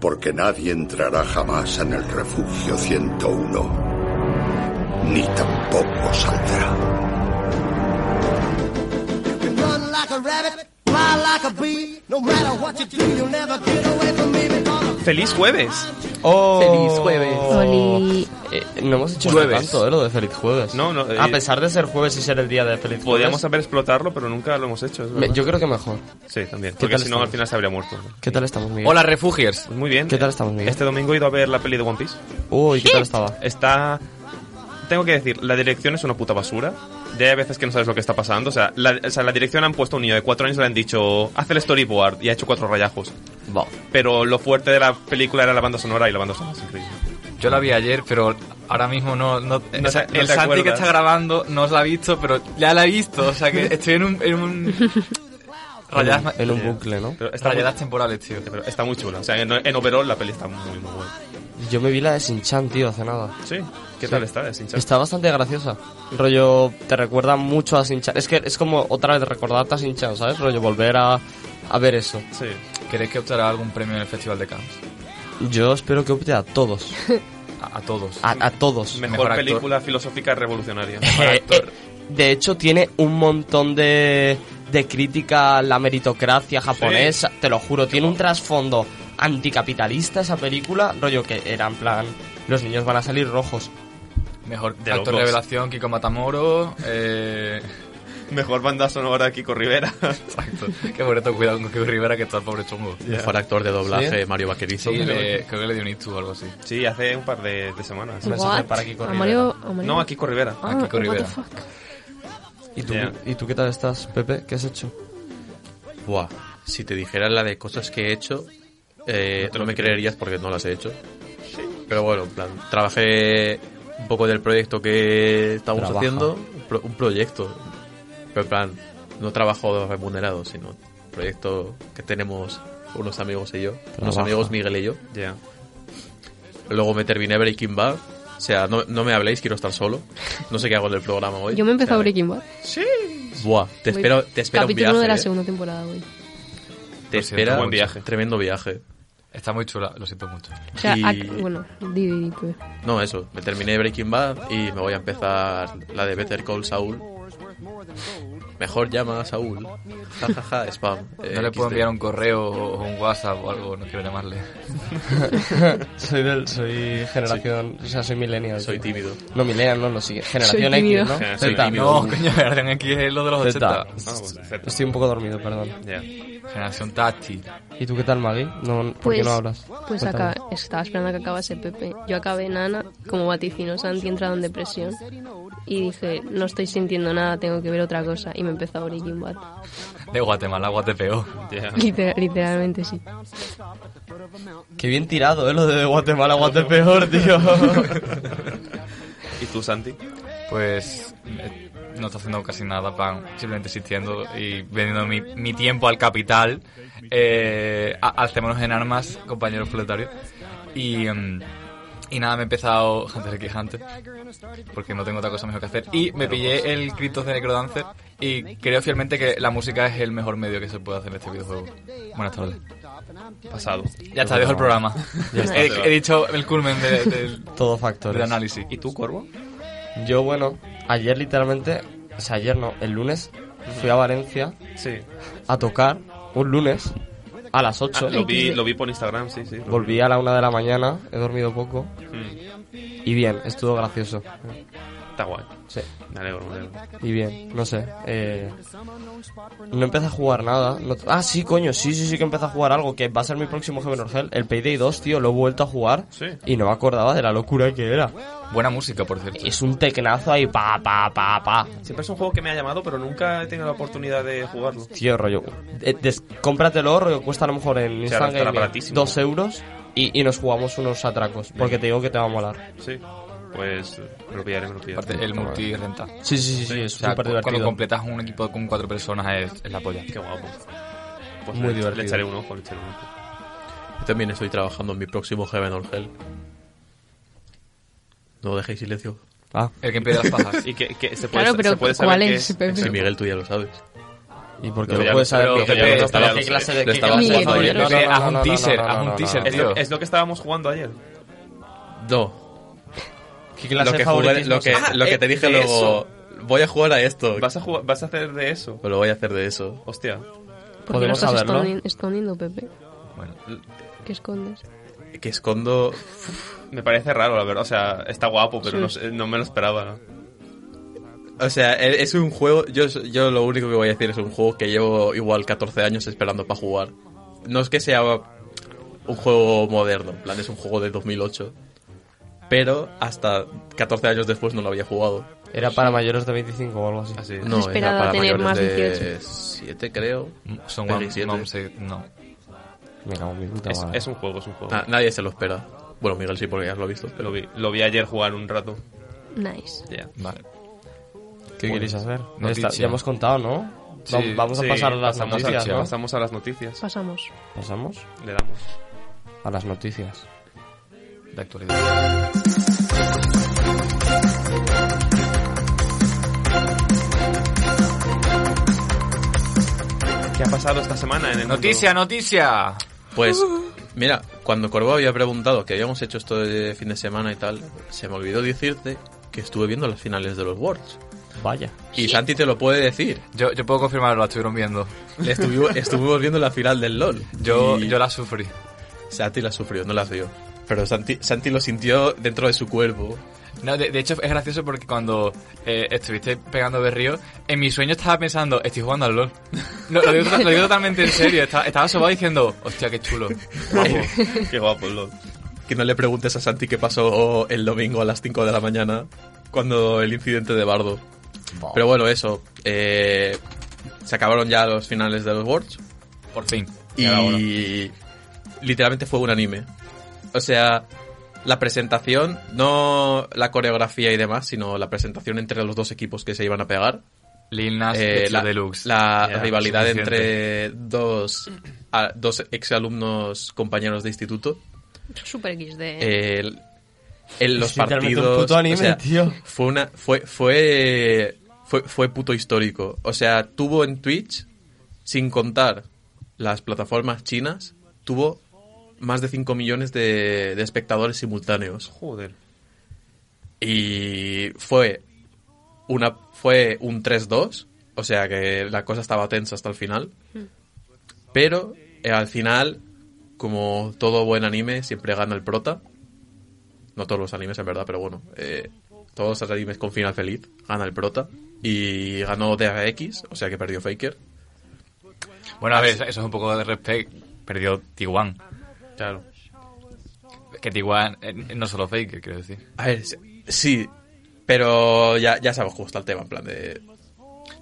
porque nadie entrará jamás en el refugio 101, ni tampoco saldrá. Run like a rabbit, fly like a bee. No matter what you do, you'll never get away from me. because I'm- ¡Feliz jueves! Oh. Feliz jueves. Oli. Eh, no hemos hecho Jueves. tanto, ¿eh? Lo de Feliz Jueves. No, no, eh, a pesar de ser jueves y ser el día de Feliz Podríamos Jueves. saber explotarlo, pero nunca lo hemos hecho. es me- verdad. yo creo que mejor. Sí, también. Porque tal si no, estamos? al final se habría muerto. ¿Qué tal estamos, Miguel? Hola, refugiers. Pues muy bien. ¿Qué tal estamos, Miguel? Este domingo he ido a ver la peli de One Piece. Uy, ¿qué tal estaba? Está... Tengo que decir, la dirección es una puta basura. Ya hay veces que no sabes lo que está pasando. O sea, la, o sea, la dirección han puesto a un niño de cuatro años y le han dicho, haz el storyboard y ha hecho cuatro rayajos. Wow. Pero lo fuerte de la película era la banda sonora y la banda sonora es increíble. Yo la vi ayer, pero ahora mismo no. no, te- o sea, no te el Santi que acuerdas. está grabando no os la ha visto, pero ya la he visto. O sea que estoy en un. En un rayadas, ma- En un bucle, ¿no? eh, Pero está, muy, rayadas temporales, tío. pero está muy chula. O sea, en, en overall la peli está muy, muy buena. Yo me vi la de Sinchan, tío, hace nada. Sí, ¿qué tal está? Es hincha. Está bastante graciosa. Rollo, te recuerda mucho a Sinchan. Es que es como otra vez recordarte a Sinchan, ¿sabes? Rollo, volver a, a ver eso. Sí. ¿Queréis que optará algún premio en el Festival de Cannes? Yo espero que opte a todos. A, a todos. A, a todos. Mejor, Mejor actor. película filosófica revolucionaria. Eh, eh, de hecho, tiene un montón de, de crítica a la meritocracia japonesa. Te lo juro, tiene un trasfondo anticapitalista esa película. Rollo que era en plan: los niños van a salir rojos. Mejor De los actor dos. revelación, Kiko Matamoro. Eh, Mejor banda sonora Kiko Rivera. exacto. Qué bonito, cuidado con Kiko Rivera, que está el pobre chungo. Mejor actor de doblaje, Mario Vaquerizo. Sí, le- creo que le dio un ictus o algo así. sí, hace un par de, de semanas. What? para Kiko ¿A Rivera. Mario- a Mario- No, a Kiko Rivera. Ah, a Kiko what Rivera. the fuck. ¿Y tú, Ya. ¿Y tú qué tal estás, Pepe? ¿Qué has hecho? Buah, si te dijera la de cosas que he hecho, eh, no me creerías porque no las he hecho. Pero bueno, en plan, trabajé un poco del proyecto que estamos Trabaja. haciendo, un pro- un proyecto. Pero en plan, no trabajo remunerado, sino un proyecto que tenemos unos amigos y yo, unos Trabaja. amigos Miguel y yo. Ya. Luego me terminé Breaking Bad. O sea, no, no me habléis, quiero estar solo. No sé qué hago en el programa hoy. Yo me he empezado O sea, Breaking Bad. Buah, te Voy- espero, te espera un Capítulo viaje. de la ¿eh? segunda temporada, güey. Te Lo siento espera mucho. un viaje. Tremendo viaje. Está muy chula, lo siento mucho. O sea, Y- ac- bueno, pues. di, di, di, tú. No, eso, me terminé Breaking Bad y me voy a empezar la de Better Call Saul. Mejor llama a Saúl. Jajaja, spam. Eh, No le puedo XD. enviar un correo o un WhatsApp o algo, no quiero llamarle. Soy del, soy generación, o sea, soy millennial. Soy tímido. No, millennial no, lo sigue. Generación Soy tímido. X, ¿no? Generación Zeta. tímido. No, coño, Garden X es lo de los Zeta. 80. Ah, pues, perfecto. Estoy un poco dormido, perdón. Ya. Generación táctil. ¿Y tú qué tal, Maggie? No, ¿Por qué no hablas? Pues Cuéntame. acá, estaba esperando a que acabase Pepe. Yo acabé Nana, como vaticino Santi he entrado en depresión. Y dije, no estoy sintiendo nada, tengo que ver otra cosa. Y me empezó a Breaking Bad. De Guatemala, Guatepeo. Ya. Liter- literalmente sí. Qué bien tirado, ¿eh? Lo de Guatemala, Guatepeor, tío. ¿Y tú, Santi? Pues eh, no está haciendo casi nada, pan. Simplemente existiendo y vendiendo mi, mi tiempo al capital. Eh, a- alcémonos en armas, compañeros proletarios. Y, mm, y nada, me he empezado Hunter x Hunter. Porque no tengo otra cosa mejor que hacer. Y me pillé el Cryptos de Necrodancer. Y creo fielmente que la música es el mejor medio que se puede hacer en este videojuego. Buenas tardes. Pasado. Ya está, dejo el programa. está, he, te va. he dicho el culmen de- del Todo del factores. análisis. ¿Y tú, Corvo? Yo, bueno, ayer literalmente, o sea, ayer no, el lunes, fui a Valencia Sí. a tocar un lunes a las 8. Ah, lo, vi, lo vi por Instagram, sí, sí. Volví a la una de la mañana, he dormido poco Mm, y bien, estuvo gracioso. Está guay. Sí, Me alegro, me alegro. y bien, no sé. eh, no empecé a jugar nada. no- ah, sí, coño, sí, sí, sí que empecé a jugar algo que va a ser mi próximo Heaven or Hell, el Payday 2, tío, lo he vuelto a jugar Sí. y no me acordaba de la locura que era. Buena música, por cierto. Es un tecnazo ahí, pa, pa, pa, pa. Siempre es un juego que me ha llamado, pero nunca he tenido la oportunidad de jugarlo. Tío, rollo. eh, des- cómpratelo, rollo, cuesta a lo mejor en ahora Instant estará Gaming baratísimo. dos euros y, y nos jugamos unos atracos, porque te digo que te va a molar. Sí. Pues eh, me lo pillaré, me lo pillaré. Aparte, el multi renta. Sí, sí, sí, sí, es O súper sea, cu- cuando divertido. completas un equipo con cuatro personas es, es la polla. Qué guapo. Pues Muy le- Le divertido. echaré un ojo, le echaré un ojo. Yo también estoy trabajando en mi próximo Heaven or Hell. No dejéis silencio. Ah, El que empieza las pajas. ¿Y que, se puede, Claro, se pero puede saber ¿cuál qué es, Pepe? Sí, Miguel, tú ya lo sabes. ¿Y por qué Pero lo ya- puedes saber? pero Porque Pepe, yo no sé estaba- qué clase de le qué estaba clase de- jugando ayer. No, no, Pepe, no, haz un no, no, teaser, no, haz un no, no, teaser, no. Es lo, Tío. es lo que estábamos jugando ayer. No. ¿Qué Lo clase de que, jugué- favoritismo lo que, es? lo que te eh, dije de luego. Voy a jugar a esto. ¿Vas a, jugar- vas a hacer de eso? Pues lo voy a hacer de eso. Hostia. ¿Por qué lo ¿Podemos estás saberlo? escondi- escondiendo, Pepe? Bueno, ¿Qué escondes? Que escondo. Me parece raro, la verdad. O sea, está guapo, pero Sí. no, sé- no me lo esperaba. ¿no? O sea, e- es un juego. Yo, yo lo único que voy a decir es un juego que llevo igual 14 años esperando para jugar. No es que sea un juego moderno, en plan, es un juego de 2008. Pero hasta 14 años después no lo había jugado. Era para mayores de 25 o algo así. Así. No, esperaba era para tener mayores más de 7, creo. son Peli one- siete. one save- no. Me cago en mi puta Es, madre. es un juego, es un Ah. juego. Na- Ah, nadie se lo espera. Bueno, Miguel sí, porque ya lo ha visto. Lo Pero... vi, lo vi ayer jugar un rato. Nice. Ya. Vale. ¿Qué Bueno, queréis hacer? Ya, noticia. está- ya hemos contado, ¿no? Sí, Va- vamos a Sí, pasar a las pasamos noticias, a, ¿no? pasamos a las noticias. Pasamos. Pasamos Le damos. a las noticias. De actualidad. ¿Qué ha pasado esta semana en el mundo? Noticia, noticia. Pues, mira, cuando Corvo había preguntado que habíamos hecho esto de fin de semana y tal, se me olvidó decirte que estuve viendo las finales de los Worlds. Vaya. Y Santi te lo puede decir. Yo, yo puedo confirmarlo, la estuvieron viendo. Le estuvi- estuvimos viendo la final del LOL. Yo, Y yo la sufrí. Santi la sufrió, no la vio. Pero Santi, Santi lo sintió dentro de su cuerpo. No, de, de hecho es gracioso porque cuando eh, estuviste pegando berrío, en mi sueño estaba pensando, estoy jugando al LOL. No, lo, digo, to- lo digo totalmente en serio, estaba, estaba sobado diciendo, hostia, qué chulo. Guapo. Qué guapo, LOL. Que no le preguntes a Santi qué pasó el domingo a las 5 de la mañana cuando el incidente de Bardo. Pero bueno, eso. eh, se acabaron ya los finales de los Worlds. Por fin. Y Ya era hora. literalmente fue un anime. O sea, la presentación, no la coreografía y demás, sino la presentación entre los dos equipos que se iban a pegar. Lil Nas, Eh, Extra la Deluxe. la Ya, rivalidad suficiente. entre dos, a- dos exalumnos compañeros de instituto. Super XD. ¿eh? El- en los Es literalmente partidos. un puto anime, o sea, tío. Fue una. Fue, fue. Fue. Fue puto histórico. O sea, tuvo en Twitch, sin contar las plataformas chinas, tuvo más de 5 millones de, de espectadores simultáneos. Joder. Y fue una fue un 3-2, o sea que la cosa estaba tensa hasta el final. Pero eh, al final, como todo buen anime, siempre gana el prota. No todos los animes en verdad, pero bueno, eh, todos los animes con final feliz gana el prota y ganó DAX, o sea que perdió Faker. Bueno, a ver, eso es un poco de respect. Perdió Tiguan. Claro. Que Tiguan eh, no solo Faker, quiero decir. A ver, sí- sí, pero ya ya sabes cómo está el tema en plan de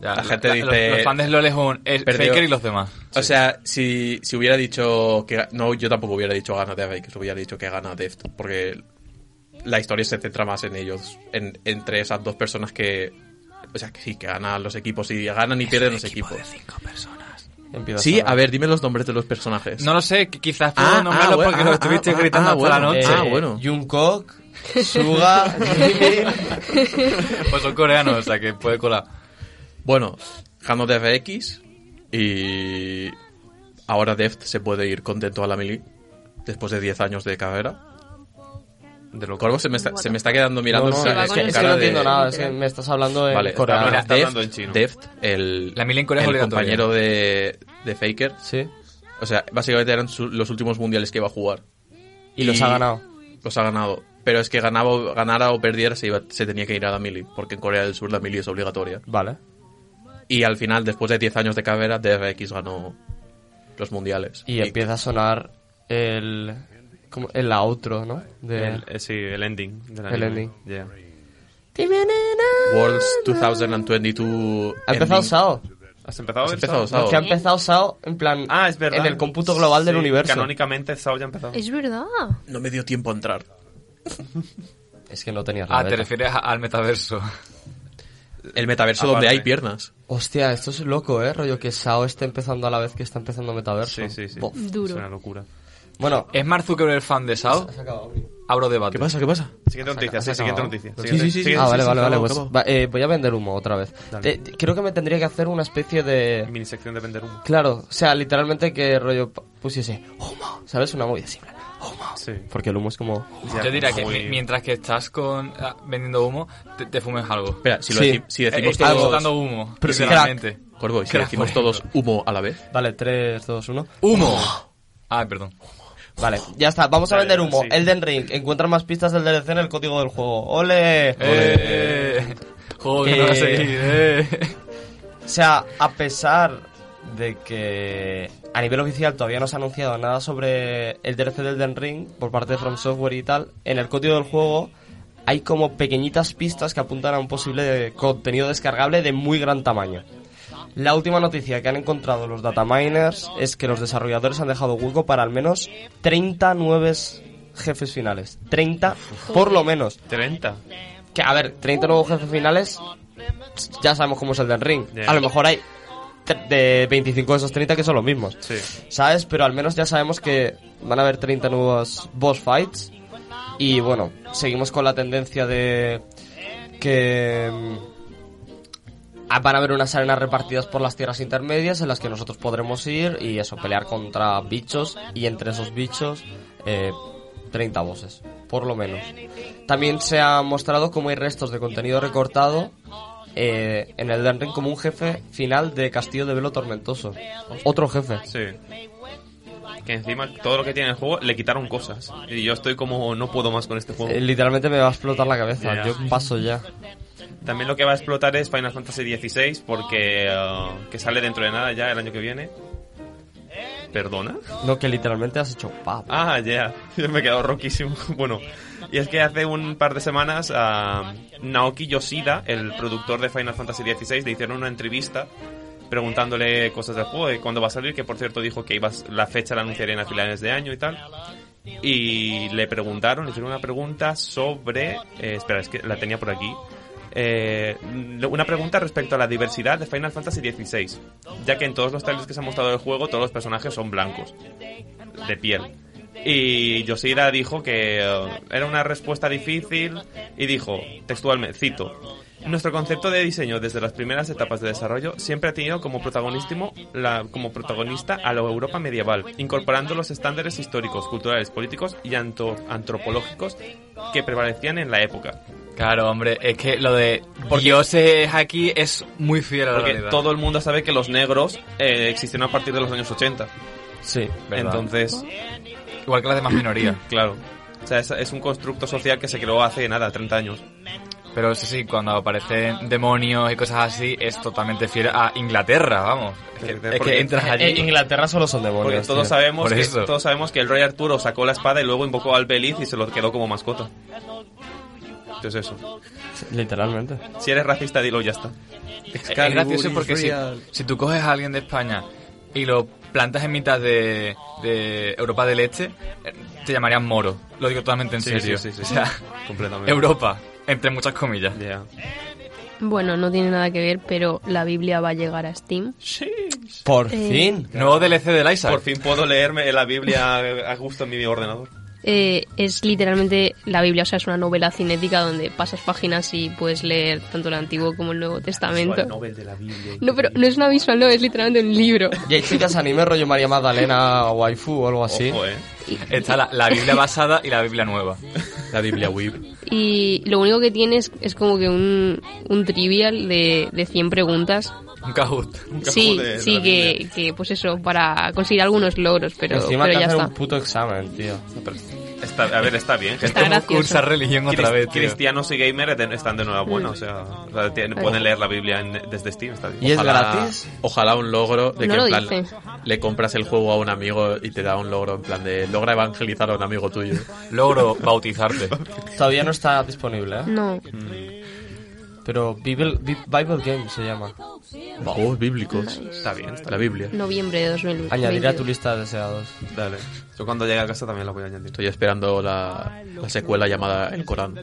Ya, La gente los- dice- Los, fans de LOL es un- es Perdió. Faker y los demás. O sea, si, si hubiera dicho que... ga- No, yo tampoco hubiera dicho gana Death, que hubiera dicho que gana Deft, porque la historia se centra más en ellos, en- entre esas dos personas que... O sea, que sí, que ganan los equipos y ganan y pierden los equipos. Empieza Sí, Sara. a ver, dime los nombres de los personajes. No lo sé, qui- quizás puedo Ah, ah, nombrarlo bueno, porque ah, lo estuviste ah, ah, gritando ah, hasta la bueno, noche. Ah, bueno. Jungkook, Suga, Jimin. Pues son coreanos, o sea que puede colar. Bueno, ganó DFX y ahora Deft se puede ir contento a la melee después de 10 años de carrera. De lo Corvo se me está, se me está quedando mirando No, no, o sea, va es, con que, el es que cara no de- entiendo nada, es que me estás hablando en Vale, coreano. Ahora está Deft- hablando en chino. Deft, el, La mili en Corea es el obligatoria. compañero de, de Faker. Sí, O sea, básicamente eran su- los últimos mundiales que iba a jugar. y los ha ganado. Los ha ganado. Pero es que ganaba, o- ganara o perdiera se, iba, se tenía que ir a la mili, porque en Corea del Sur la mili es obligatoria. Vale. Y al final, después de 10 años de carrera, DRX ganó los mundiales. Y empieza a sonar el. Como el outro, ¿no? De, El- eh, sí, el ending. del El anime. ending. Ya. Worlds 2022... Ha empezado ending. Sao. ¿Has empezado? Has a ver Sao? empezado, Sao. No, que ha empezado Sao en plan. Ah, es verdad. En el cómputo global del Sí, universo. Canónicamente Sao ya ha empezado. Es verdad. No me dio tiempo a entrar. Es que no tenías la Ah, te beta. refieres a- al metaverso. El metaverso Aparte. donde hay piernas. Hostia, esto es loco, ¿eh? Rollo que Sao está empezando a la vez que está empezando Metaverso. Sí, sí, sí. Bof. Es una Duro. locura. Bueno, ¿Es Mark Zuckerberg fan de Sao? se ha acabado. Ah, abro debate. ¿Qué pasa? ¿Qué pasa? Siguiente noticia, has sí, siguiente acabado. noticia. Sí, siguiente- sí, sí. siguiente- Ah, vale, sí, vale, vale. acabo, Pues, acabo. va- eh, voy a vender humo otra vez. Te- te- creo que me tendría que hacer una especie de... Mini sección de vender humo. Claro, o sea, literalmente que rollo pa- pusiese humo, ¿sabes? Una movida simple. Humo. Sí. Porque el humo es como... Yo diría que mi- mientras que estás con ah, vendiendo humo, te, te fumes algo. Espera, si, lo Sí. deci- si Eh, decimos estás todos... soltando humo, Pero sí. literalmente. Corboy, si Crack, decimos por todos humo a la vez. Vale, 3, 2, 1. ¡Humo! Ah, perdón. Vale, ya está, vamos a Vale, vender humo. sí. Elden Ring, encuentra más pistas del DLC en el código del juego. ¡Ole! Eh, joder, no va a Eh. seguir. eh. O sea, a pesar de que a nivel oficial todavía no se ha anunciado nada sobre el DLC del Elden Ring por parte de From Software y tal, en el código del juego hay como pequeñitas pistas que apuntan a un posible contenido descargable de muy gran tamaño. La última noticia que han encontrado los dataminers es que los desarrolladores han dejado hueco para al menos 30 nuevos jefes finales. 30 por lo menos. 30. Que a ver, 30 nuevos jefes finales, ya sabemos cómo es el del ring. Ya. A lo mejor hay tre- de 25 de esos 30 que son los mismos. Sí. ¿Sabes? Pero al menos ya sabemos que van a haber 30 nuevos boss fights. Y bueno, seguimos con la tendencia de que mm, ah, van a haber unas arenas repartidas por las tierras intermedias en las que nosotros podremos ir y eso, pelear contra bichos y entre esos bichos eh, 30 bosses, por lo menos. También se ha mostrado cómo hay restos de contenido recortado eh, en el Den Ring como un jefe final de Castillo de Velo Tormentoso. Otro jefe. Sí. Que encima todo lo que tiene el juego le quitaron cosas. Y yo estoy como, no puedo más con este juego. Eh, literalmente me va a explotar la cabeza. Ya. Yo paso ya. También lo que va a explotar es Final Fantasy XVI porque eh, que sale dentro de nada ya el año que viene. ¿Perdona? No, que literalmente has hecho pap. Ah, ya. Yo me he quedado roquísimo. Bueno, y es que hace un par de semanas a Naoki Yoshida, el productor de Final Fantasy XVI, le hicieron una entrevista preguntándole cosas del juego y cuándo va a salir, que por cierto dijo que iba a- la fecha la anunciarían a finales de año y tal. Y le preguntaron, le hicieron una pregunta sobre... eh, espera, es que la tenía por aquí. Eh, una pregunta respecto a la diversidad de Final Fantasy XVI, ya que en todos los trailers que se han mostrado del juego todos los personajes son blancos de piel. Y Yoshida dijo que eh, era una respuesta difícil y dijo, textualmente, cito, nuestro concepto de diseño desde las primeras etapas de desarrollo siempre ha tenido como, protagonismo la, como protagonista a la Europa medieval, incorporando los estándares históricos, culturales, políticos y anto- antropológicos que prevalecían en la época. Claro, hombre, es que lo de dioses aquí es muy fiel a la Porque realidad. todo el mundo sabe que los negros eh, existieron a partir de los años 80. Sí. ¿Verdad? Entonces, Igual que las demás minorías. claro. O sea, es, es un constructo social que se creó hace nada, 30 años. Pero eso sí, cuando aparecen demonios y cosas así, es totalmente fiel a Inglaterra, vamos. Es que, es Porque- que entras En allí. Inglaterra solo son demonios. Porque todos tío. sabemos, Por que, eso. todos sabemos que el rey Arturo sacó la espada y luego invocó al Beliz y se lo quedó como mascota. Entonces eso. Literalmente. Si eres racista, dilo y ya está. es gracioso porque si, si tú coges a alguien de España y lo plantas en mitad de, de Europa del Este, eh, te llamarían moro. Lo digo totalmente en serio. O sea, completamente. Europa, entre muchas comillas. Ya. Bueno, no tiene nada que ver, pero la Biblia va a llegar a Steam. Por Eh, fin. Nuevo DLC de Isaac. Por fin puedo leerme la Biblia a gusto en mi ordenador. Eh, es literalmente la Biblia, o sea, es una novela cinética donde pasas páginas y puedes leer tanto el Antiguo como el Nuevo Testamento. de la Biblia. No, pero no es una visual novel, es literalmente un libro. Y hay chicas anime rollo María Magdalena waifu o algo así. Ojo, eh. Está la, la Biblia basada y la Biblia nueva. La Biblia Web. Y lo único que tiene es, es como que un, un trivial de, de 100 preguntas. Un Kahoot. Nunca Sí, jugué de sí, la Biblia. que, que pues eso, para conseguir algunos logros, pero, Encima pero hay ya que hacer está. un puto examen, tío. Está- a ver, está bien, gente. Está Como gracioso. cursar religión otra Crist- vez, tío. cristianos y gamers están de enhorabuena, o sea, o sea, tienen- pueden leer la Biblia en- desde Steam, está bien. ¿Y es gratis? Ojalá un logro de No que lo en plan dice. le compras el juego a un amigo y te da un logro en plan de logra evangelizar a un amigo tuyo. Logro bautizarte. Todavía no está disponible, ¿eh? No, Mm. Pero Bible, Bi- Bible Game se llama. Juegos bíblicos. Está bien, está La Biblia. noviembre de 2020. Añadiré a tu lista de deseados. bien. Dale. Yo cuando llegue a casa también la voy a añadir. Estoy esperando la, la secuela llamada El Corán.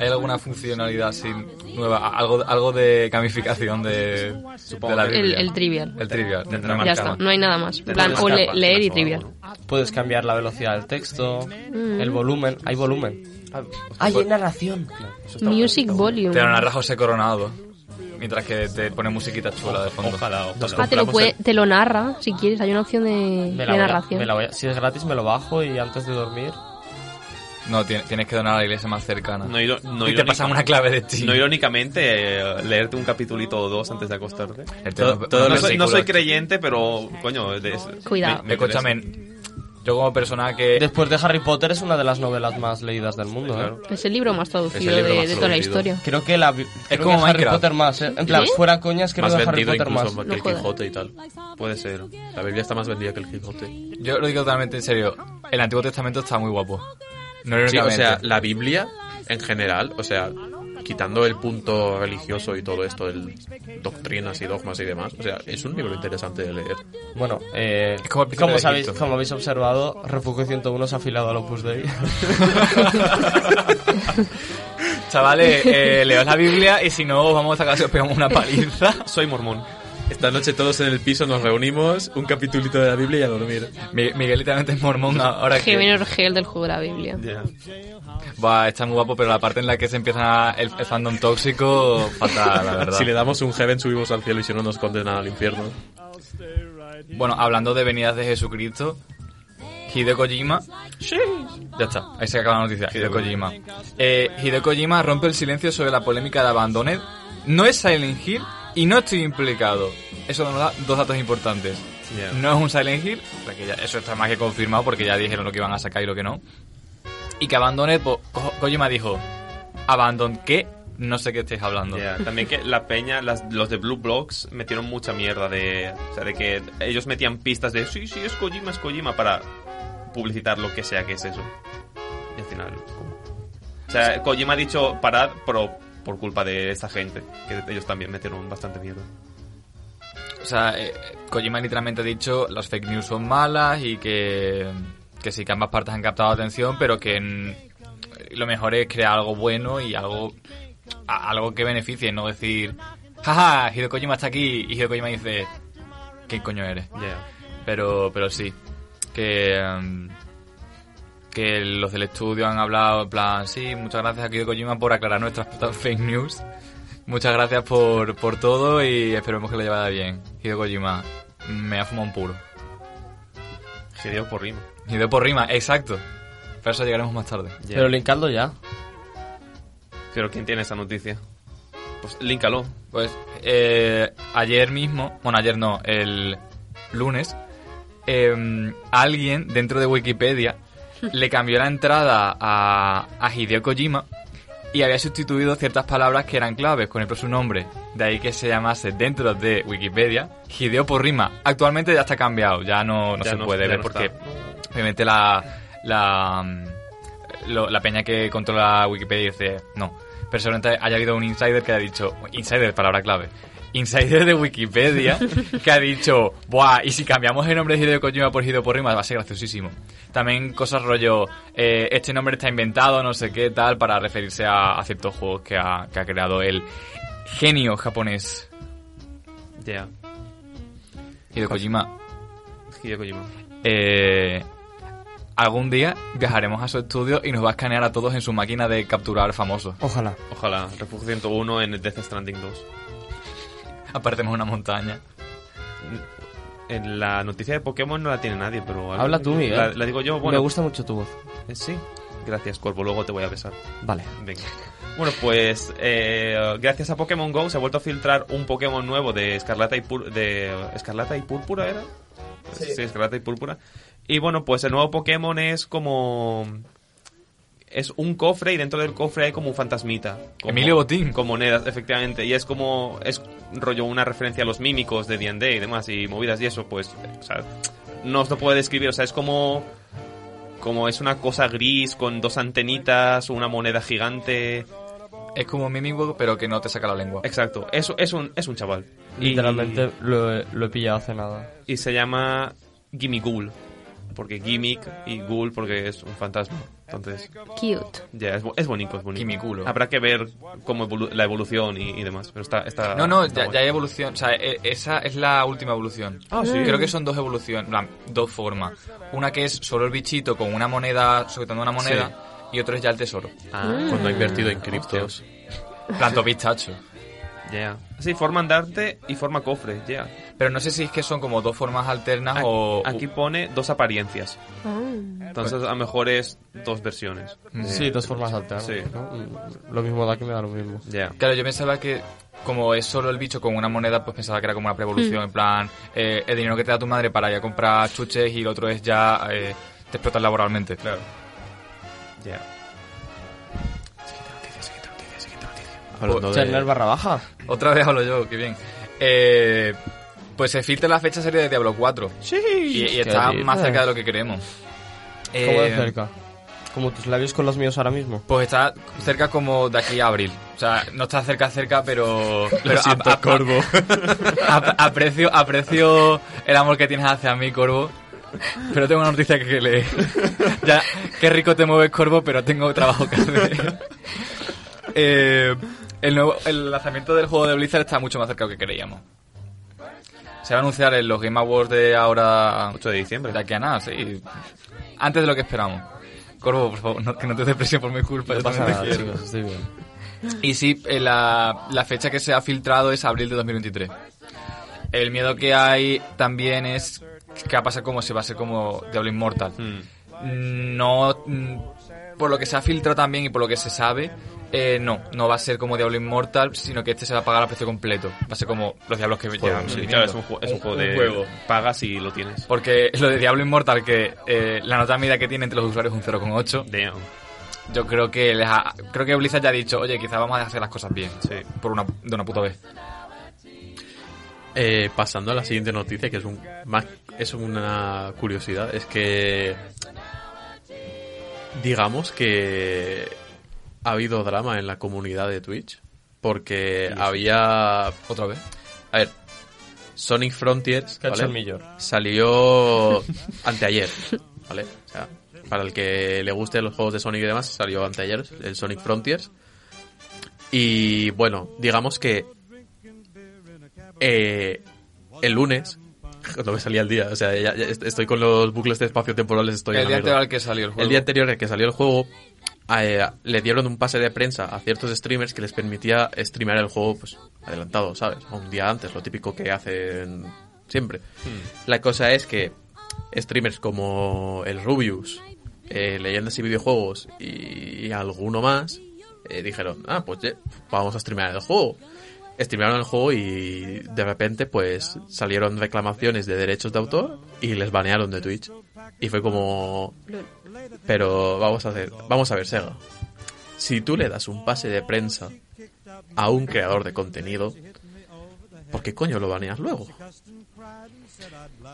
¿Hay alguna funcionalidad así nueva? A- Algo, algo de gamificación de, de la el, Biblia. el trivial. El trivial. Tendrá Ya marcado. está, no hay nada más. En plan, Tendrá o le- unas leer y capas, trivial. unas o algo, Puedes cambiar la velocidad del texto, Mm. el volumen. Hay volumen. Ah, Hay pues- narración. Music Te lo Volume. narra José Coronado. Mientras que te pone musiquita chula de fondo. Ojalá, ojalá. Nos Ah, te lo, compramos puede, el- te lo narra, si quieres. Hay una opción de, Me la de voy a- narración. me la voy a- si es gratis, me lo bajo y antes de dormir. No, tien- tienes que donar a la iglesia más cercana. No iro- no y te irónica- pasan una clave de ti. No irónicamente, eh, leerte un capitulito o dos antes de acostarte. El tema- Todo- todos No los soy, no soy versículos. creyente, pero coño, de- es- Cuidado. me- me Escúchame, interesa. yo como persona que... Después de Harry Potter es una de las novelas más leídas del mundo. ¿eh? Claro. Es el libro más traducido libro de, más de toda la traducido. historia. Creo que la bi- creo como que Harry Minecraft. Potter más, ¿eh? En plan, ¿Sí? fuera coñas, creo Más que Harry vendido Potter más. incluso que No el jodas. Quijote y tal. puede ser. La Biblia está más vendida que el Quijote. Yo lo digo totalmente en serio. El Antiguo Testamento está muy guapo. No Sí, o irónicamente. sea, la Biblia en general, o sea, quitando el punto religioso y todo esto, el doctrinas y dogmas y demás, o sea, es un libro interesante de leer. Bueno, eh, Es como el príncipe como, de sabéis, Egipto. como habéis observado, Refugio 101 se ha afilado al Opus Dei. Chavales, eh, leos la Biblia y si no, os vamos a sacar si os pegamos una paliza. Soy mormón. Esta noche todos en el piso nos reunimos, un capitulito de la Biblia y a dormir. Mi- Miguel literalmente es mormón ahora que... Gemino Orgel del juego de la Biblia. Ya. Va, está muy guapo, pero la parte en la que se empieza el, el fandom tóxico, fatal, la verdad. Si le damos un heaven subimos al cielo y si no nos condenan al infierno. Bueno, hablando de venidas de Jesucristo, Hideo Kojima. Ya está, ahí se acaba la noticia. Hideo Kojima. Eh, Hideo Kojima rompe el silencio sobre la polémica de Abandoned. No es Silent Hill y no estoy implicado. Eso nos da dos datos importantes. Yeah. No es un Silent Hill, o sea que ya- eso está más que confirmado porque ya dijeron lo que iban a sacar y lo que no. Y que Abandoned, pues, Ko- Kojima dijo: ¿Abandon qué? No sé qué estáis hablando. Ya, También que la peña, las- los de Blue Blocks metieron mucha mierda de, o sea, de que ellos metían pistas de sí, sí, es Kojima, es Kojima para publicitar lo que sea que es eso. Y al final, ¿cómo? o sea, Kojima ha dicho parad, pero por culpa de esta gente, que ellos también metieron bastante mierda. O sea, eh, Kojima literalmente ha dicho las fake news son malas y que, que sí que ambas partes han captado atención, pero que mm, lo mejor es crear algo bueno y algo, a- algo que beneficie, no decir, jaja, Hideo Kojima está aquí y Hideo Kojima dice, ¿qué coño eres? Ya. Pero, pero sí, que, mm, que los del estudio han hablado en plan, sí, muchas gracias a Hideo Kojima por aclarar nuestras putas fake news. Muchas gracias por, por todo y esperemos que lo llevara bien. Hideo Kojima, me ha fumado un puro. Gedeo por rima. Hideo por rima, exacto. Pero eso llegaremos más tarde. Ya. Pero linkadlo ya. Pero ¿quién tiene esa noticia? Pues línkalo. Pues eh, ayer mismo, bueno, ayer no, el lunes, eh, alguien dentro de Wikipedia le cambió la entrada a, a Hideo Kojima y había sustituido ciertas palabras que eran claves con el propio nombre. De ahí que se llamase dentro de Wikipedia Hideo por rima. Actualmente ya está cambiado, ya no, no Ya se no- puede ya ver no porque está. obviamente la, la, mm, lo- la peña que controla Wikipedia dice no. Pero seguramente haya habido un insider que ha dicho, insider, palabra clave, insider de Wikipedia que ha dicho, buah, y si cambiamos el nombre de Hideo Kojima por Hideo por Rima va a ser graciosísimo. También cosas rollo, eh, este nombre está inventado, no sé qué, tal, para referirse a, a ciertos juegos que ha, que ha creado el genio japonés Ya. Hideo Kojima. Pues Hideo Kojima. Eh, algún día viajaremos a su estudio y nos va a escanear a todos en su máquina de capturar famosos. Ojalá. Ojalá. Refugio 101 en Death Stranding 2. Apartemos una montaña. En la noticia de Pokémon no la tiene nadie, pero... Habla tú, Miguel. La, la digo yo, bueno... Me gusta mucho tu voz. eh, Sí. Gracias, Cuervo. Luego te voy a besar. Vale. Venga. Bueno, pues eh, gracias a Pokémon GO se ha vuelto a filtrar un Pokémon nuevo de Escarlata y, Púr- de, Escarlata y Púrpura, ¿era? Sí. Escarlata y Púrpura. Y bueno, pues el nuevo Pokémon es como... Es un cofre y dentro del cofre hay como un fantasmita. Como- Emilio Botín. Con monedas, efectivamente. Y es como... Es rollo una referencia a los mímicos de D&D y demás y movidas y eso, pues... O sea, no os lo puedo describir. O sea, es como como es una cosa gris con dos antenitas, una moneda gigante. Es como un Mimikyu, pero que no te saca la lengua. Exacto, es, es, un, es un chaval. Y- Literalmente lo he, lo he pillado hace nada. Y, se llama Gimme Ghoul. porque gimmick y ghoul porque es un fantasma. Entonces, Cute. ya, es, bo- es bonito, es bonito. Quimiculo. Habrá que ver cómo evolu- la evolución y, y demás, pero está... está No, no, está ya, guay. ya hay evolución. O sea, e- esa es la última evolución. Ah, sí. Creo que son dos evoluciones, en plan, dos formas. Una que es solo el bichito con una moneda, sujetando una moneda, y otro es ya el tesoro. Ah, Cuando ha invertido en criptos. Planto pistacho. yeah. Sí, forma andarte y forma cofre, ya. Pero no sé si es que son como dos formas alternas Ah, o... Pues- Aquí pone dos apariencias. Ah. Entonces, a lo mejor es dos versiones. mm. Sí, dos formas alternas. Sí. ¿no? Mm, Lo mismo da que me da lo mismo. Ya. Claro, yo pensaba que como es solo el bicho con una moneda, pues pensaba que era como una Hmm. prevolución, en plan, eh, el dinero que te da tu madre para ya comprar chuches y el otro es ya eh, te explotas laboralmente. Claro. Ya. Pues, Hablando de- Cherner barra baja. Otra vez hablo yo, qué bien. Eh, pues se filtra la fecha serie de Diablo 4. Sí. Y, y está Qué más bien. cerca de lo que queremos. ¿Cómo de Eh, cerca? Como tus labios con los míos ahora mismo. Pues está cerca como de aquí a abril. O sea, no está cerca, cerca, pero. pero siento, Corvo. ap- aprecio, aprecio el amor que tienes hacia mí, Corvo. Pero tengo una noticia que leer. ya, qué rico te mueves, Corvo, pero tengo trabajo que hacer. Eh, el, nuevo, el lanzamiento del juego de Blizzard está mucho más cerca de lo que creíamos. Se va a anunciar en los Game Awards de ahora. 8 de diciembre. De aquí a nada, sí. Antes de lo que esperamos. Corvo, por favor, no- que no te des presión por mi culpa. yo No pasa también te nada, quiero. chicos, estoy bien. Y sí, eh, la, la fecha que se ha filtrado es abril de 2023. El miedo que hay también es que va a pasar como si va a ser como Diablo Immortal. Mm. No, mm, por lo que se ha filtrado también y por lo que se sabe, eh, no, no va a ser como Diablo Immortal, sino que este se va a pagar a precio completo. Va a ser como los diablos que llevan. Sí, claro, es un, ju- es Eh, un juego de... Pagas y lo tienes. Porque lo de Diablo Immortal, que eh, la nota media que tiene entre los usuarios es un 0,8, Damn. yo creo que les ha- creo que Blizzard ya ha dicho, oye, quizá vamos a hacer las cosas bien. Sí. Por una, de una puta vez. Eh, pasando a la siguiente noticia, que es un más, es una curiosidad, es que digamos que ha habido drama en la comunidad de Twitch porque había Otra vez. a ver Sonic Frontiers ¿Qué ha hecho ¿vale? el millor? salió anteayer, ¿vale? O sea, para el que le guste los juegos de Sonic y demás, salió anteayer el Sonic Frontiers. Y bueno, digamos que eh, el lunes, no me salía el día, o sea, ya- ya est- estoy con los bucles de espacio temporales, estoy en el la día mierda. anterior al que salió el juego. El día anterior al que salió el juego, eh, le dieron un pase de prensa a ciertos streamers que les permitía streamear el juego pues adelantado, ¿sabes? O un día antes, lo típico que hacen siempre. La cosa es que streamers como el Rubius, eh, Leyendas y Videojuegos y, y alguno más eh, dijeron, ah, pues ye, vamos a streamear el juego. Streamearon el juego y de repente pues salieron reclamaciones de derechos de autor y les banearon de Twitch. Y fue como, pero vamos a hacer, vamos a ver, Sega. Si tú le das un pase de prensa a un creador de contenido, ¿por qué coño lo baneas luego?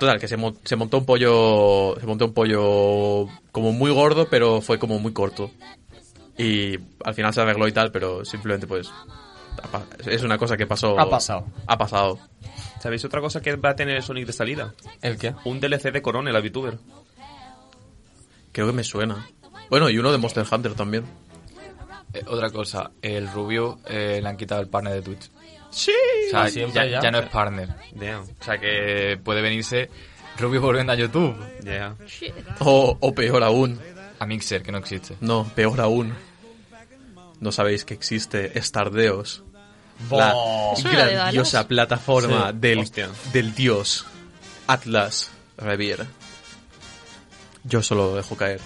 Total, que se, mon- se montó un pollo. Se montó un pollo como muy gordo, pero fue como muy corto. Y al final se arregló y tal, pero simplemente pues. ha pa- Es una cosa que pasó. Ha pasado. Ha pasado. ¿Sabéis otra cosa que va a tener Sonic de salida? ¿El qué? Un DLC de Corone, la VTuber. Creo que me suena. Bueno, y uno de Monster Hunter también. Eh, otra cosa, el Rubio eh, le han quitado el partner de Twitch. Sí. O sea, Ah, siempre ya, ya. ya no es partner. Damn. O sea que puede venirse Rubio volviendo a YouTube. Yeah. O, o peor aún, A Mixer, que no existe. No, peor aún. No sabéis que existe Stardeos. La ¿Es una de grandiosa Atlas? plataforma del, hostia. del dios Atlas Revier. Yo solo lo dejo caer.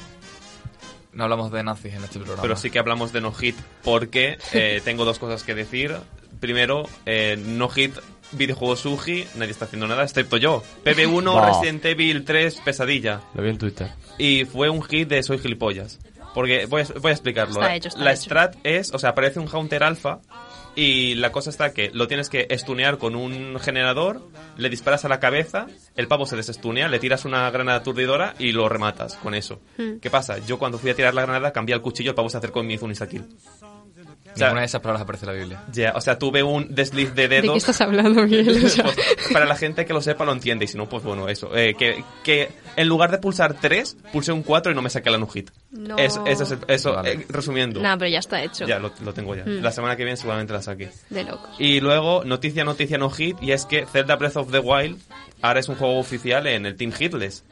No hablamos de nazis en este programa. Pero sí que hablamos de No Hit porque eh, tengo dos cosas que decir. Primero, eh, No Hit, videojuego Suji, nadie está haciendo nada excepto yo. PB1, Wow. Resident Evil 3, Pesadilla. Lo vi en Twitter. Y fue un hit de Soy Gilipollas. Porque voy a, voy a explicarlo. eh. Está hecho, está la hecho. strat es, o sea, aparece un Haunter alfa y la cosa está que lo tienes que estunear con un generador, le disparas a la cabeza, el pavo se desestunea, le tiras una granada aturdidora y lo rematas Hmm. con eso. ¿Qué pasa? Yo cuando fui a tirar la granada cambié el cuchillo, el pavo se acercó y me hizo un instakill. sea- Ninguna de esas palabras aparece en la Biblia. Ya, o sea, tuve un desliz de ¿De qué dedos. estás hablando, Miguel? O sea, Pues, para la gente que lo sepa, lo entiende. Y si no, pues bueno, eso. Eh, que, que en lugar de pulsar 3, pulsé un 4 y no me saqué la nujit. No. Es- eso es el- eso, Vale. eh, resumiendo. Nada, pero ya está hecho. ya, lo, lo tengo ya. Mm. La semana que viene seguramente la saqué. De locos. Y luego, noticia, noticia, no hit, y es que Zelda Breath of the Wild ahora es un juego oficial en el Team Hitless.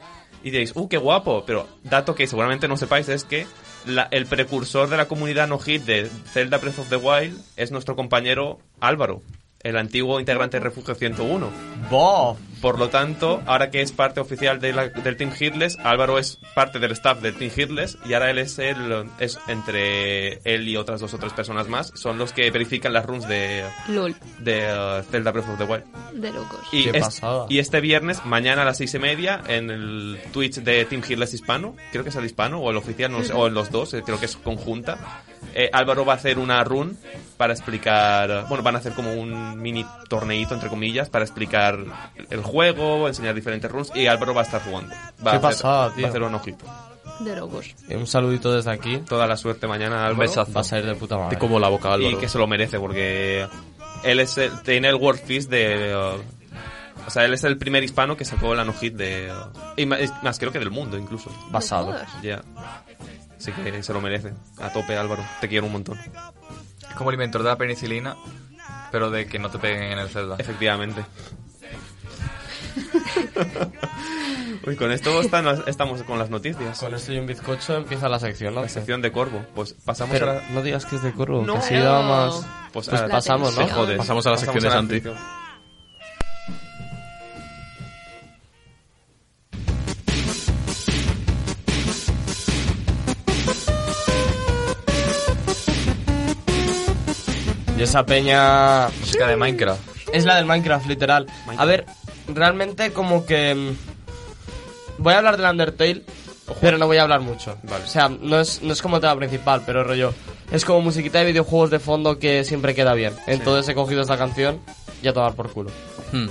Y diréis, ¡uh, qué guapo! Pero dato que seguramente no sepáis es que la- el precursor de la comunidad no hit de Zelda Breath of the Wild es nuestro compañero Álvaro, el antiguo integrante de Refugio 101. ¡Bof! Por lo tanto, ahora que es parte oficial de la- del Team Hitless, Álvaro es parte del staff del Team Hitless y ahora él es el es entre él y otras dos o tres personas más, son los que verifican las runs de, Lol. de uh, Zelda Breath of the Wild. De locos. Y, Qué es- pasada. y este viernes, mañana a las seis y media, en el Twitch de Team Hearless Hispano, creo que es el hispano o el oficial, no lo sé, o en los dos, eh, creo que es conjunta, eh, Álvaro va a hacer una run para explicar, eh, bueno, van a hacer como un mini torneito, entre comillas, para explicar el juego, enseñar diferentes runs, y Álvaro va a estar jugando. Va Qué a hacer- pasada, tío. Va a hacer un ojito. De locos. Eh, Un saludito desde aquí. Toda la suerte mañana, Álvaro. Va a salir de puta madre. Te como la boca, Álvaro. Y que se lo merece porque él es el- tiene el World Fist de... uh, o sea, él es el primer hispano que sacó la no-hit de... uh, y ma- es- más, creo que del mundo incluso. Basado. No jodas. Ya. Así que se lo merece. A tope, Álvaro. Te quiero un montón. Es como el inventor de la penicilina, pero de que no te peguen en el Zelda. Efectivamente. Uy, con esto están las- estamos con las noticias. Con esto y un bizcocho empieza la sección, ¿no? La sección de Corvo. Pues pasamos a Pero la... no digas que es de corvo, No. que así daba más. Pues, Pues a- pasamos, ¿no? te jodes. Pasamos a la sección de Santi. sección. Y esa peña. Música de Minecraft. Es la del Minecraft, literal. A ver, realmente como que... mm, Voy a hablar del Undertale, pero no voy a hablar mucho. Vale. O sea, no es, no es como tema principal, pero rollo... Es como musiquita de videojuegos de fondo que siempre queda bien. Entonces he cogido esta canción y a tomar por culo. Hmm.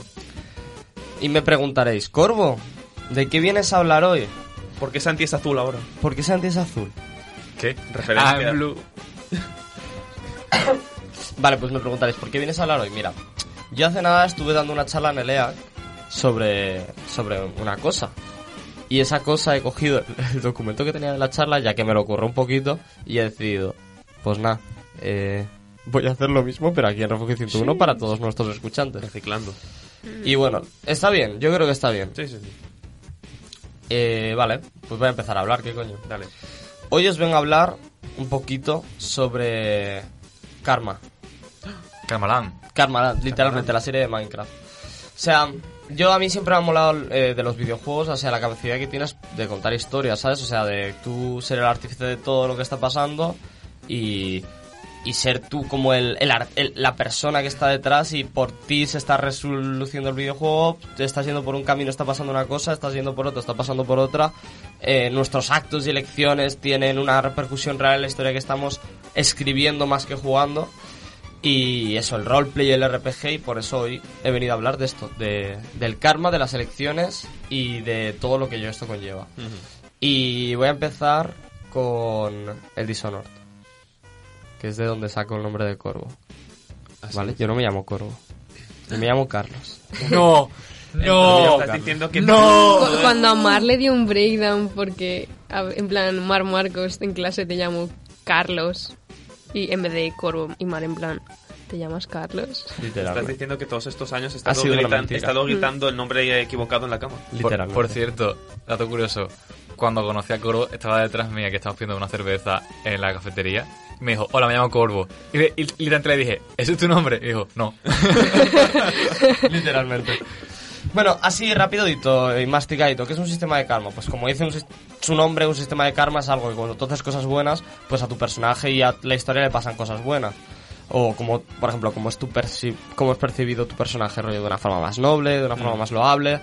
Y me preguntaréis, Corvo, ¿de qué vienes a hablar hoy? ¿Por qué Santi es azul ahora? ¿Por qué Santi es azul? ¿Qué? Referencia. I'm blue. Vale, pues me preguntaréis, ¿por qué vienes a hablar hoy? Mira, yo hace nada estuve dando una charla en el EAC sobre, sobre una cosa. Y esa cosa he cogido el documento que tenía de la charla, ya que me lo ocurrió un poquito, y he decidido, pues nada, eh, voy a hacer lo mismo, pero aquí en Refugio 101 para todos nuestros escuchantes. Reciclando. Y bueno, está bien, yo creo que está bien. Sí, sí, sí. Eh, vale, pues voy a empezar a hablar, ¿qué coño? Dale. Hoy os vengo a hablar un poquito sobre karma. Camarán. Karma, literalmente, la serie de Minecraft. O sea, yo a mí siempre me ha molado eh, de los videojuegos, o sea, la capacidad que tienes de contar historias, ¿sabes? O sea, de tú ser el artífice de todo lo que está pasando y, y ser tú como el, el ar- el- la persona que está detrás y por ti se está resoluciendo el videojuego, te estás yendo por un camino, está pasando una cosa, estás yendo por otro, está pasando por otra. Eh, nuestros actos y elecciones tienen una repercusión real en la historia que estamos escribiendo más que jugando. Y eso, el roleplay y el RPG, y por eso hoy he venido a hablar de esto, de, del karma, de las elecciones y de todo lo que yo esto conlleva. Y voy a empezar con el Dishonored, que es de donde saco el nombre de Corvo. ¿Vale? Yo no me llamo Corvo, yo me llamo Carlos. No, Entonces, Oh, no, Estás diciendo que Cu- Cuando a Mar le dio un breakdown porque, a- en plan, Mar Marcos en clase te llamo Carlos y en vez de Corvo y Mar en plan, ¿te llamas Carlos? Estás Literalmente. diciendo que todos estos años he Ha estado, sido una gritan- mentira. he Mm. estado gritando el nombre equivocado en la cama. Literalmente. Por, por cierto, dato curioso. Cuando conocí a Corvo, estaba detrás mía que estábamos pidiendo una cerveza en la cafetería. Y me dijo, hola, me llamo Corvo. Y, le- y literalmente le dije, ¿ese es tu nombre? Y dijo, no. Literalmente. Bueno, así rapidito y masticadito, ¿qué es un sistema de karma? Pues como dice un sis- su nombre, un sistema de karma es algo que cuando tú haces cosas buenas, pues a tu personaje y a la historia le pasan cosas buenas. O como, por ejemplo, como es, tu perci- cómo es percibido tu personaje rollo de una forma más noble, de una forma más loable.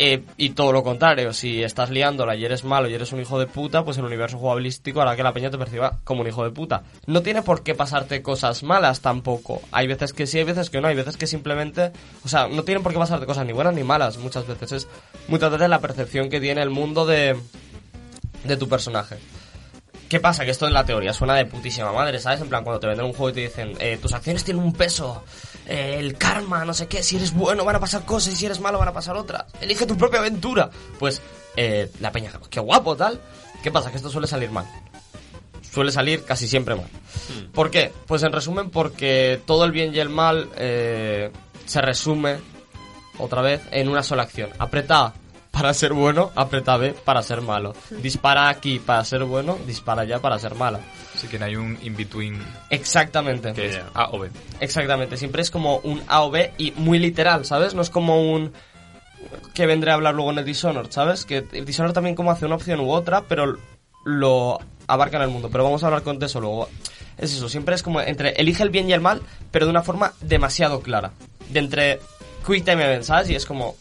eh, y todo lo contrario, si estás liándola y eres malo y eres un hijo de puta, pues el universo jugabilístico hará que la peña te perciba como un hijo de puta. No tiene por qué pasarte cosas malas tampoco. Hay veces que sí, hay veces que no, hay veces que simplemente... O sea, no tienen por qué pasarte cosas ni buenas ni malas muchas veces. Es muchas veces la percepción que tiene el mundo de, de tu personaje. ¿Qué pasa? Que esto en la teoría suena de putísima madre, ¿sabes? En plan, cuando te venden un juego y te dicen, eh, tus acciones tienen un peso, eh, el karma, no sé qué, si eres bueno van a pasar cosas y si eres malo van a pasar otras, elige tu propia aventura. Pues, eh, la peña, qué guapo, tal. ¿Qué pasa? Que esto suele salir mal. Suele salir casi siempre mal. ¿Por qué? Pues en resumen, porque todo el bien y el mal eh, se resume, otra vez, en una sola acción. Apreta A para ser bueno, apreta B para ser malo. Dispara aquí para ser bueno, dispara allá para ser malo. Así que no hay un in-between Exactamente. que es A o B. Exactamente, siempre es como un A o B y muy literal, ¿sabes? No es como un que vendré a hablar luego en el Dishonored, ¿sabes? Que el Dishonored también como hace una opción u otra, pero lo abarca en el mundo. Pero vamos a hablar con de eso luego. Es eso, siempre es como entre elige el bien y el mal, pero de una forma demasiado clara. De entre quick time event, ¿sabes? Y es como,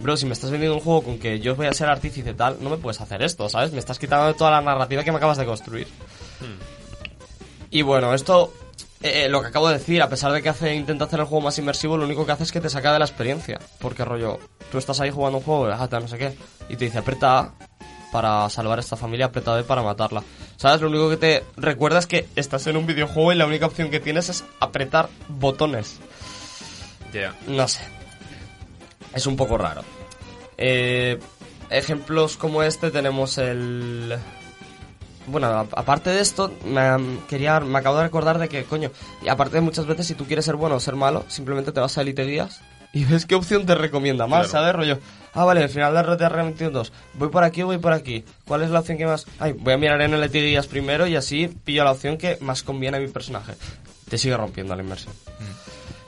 bro, si me estás vendiendo un juego con que yo voy a ser artífice y tal, no me puedes hacer esto, ¿sabes? Me estás quitando toda la narrativa que me acabas de construir. Y bueno, esto, eh, eh, lo que acabo de decir, a pesar de que hace, intenta hacer el juego más inmersivo, lo único que hace es que te saca de la experiencia. Porque rollo, tú estás ahí jugando un juego, ah, tal, no sé qué, y te dice aprieta A para salvar a esta familia, aprieta B para matarla. ¿Sabes? Lo único que te recuerda es que estás en un videojuego y la única opción que tienes es apretar botones. Ya. No sé. Es un poco raro. Eh, ejemplos como este tenemos el... Bueno, a- aparte de esto, me, quería, me acabo de recordar de que, coño, y aparte de muchas veces si tú quieres ser bueno o ser malo, simplemente te vas a Elite Guías y ves qué opción te recomienda más, Claro. ¿sabes? Rollo, ah, vale, el final de RTR22, voy por aquí o voy por aquí, ¿cuál es la opción que más...? Ay, voy a mirar en Elite Guías primero y así pillo la opción que más conviene a mi personaje. Te sigue rompiendo la inmersión.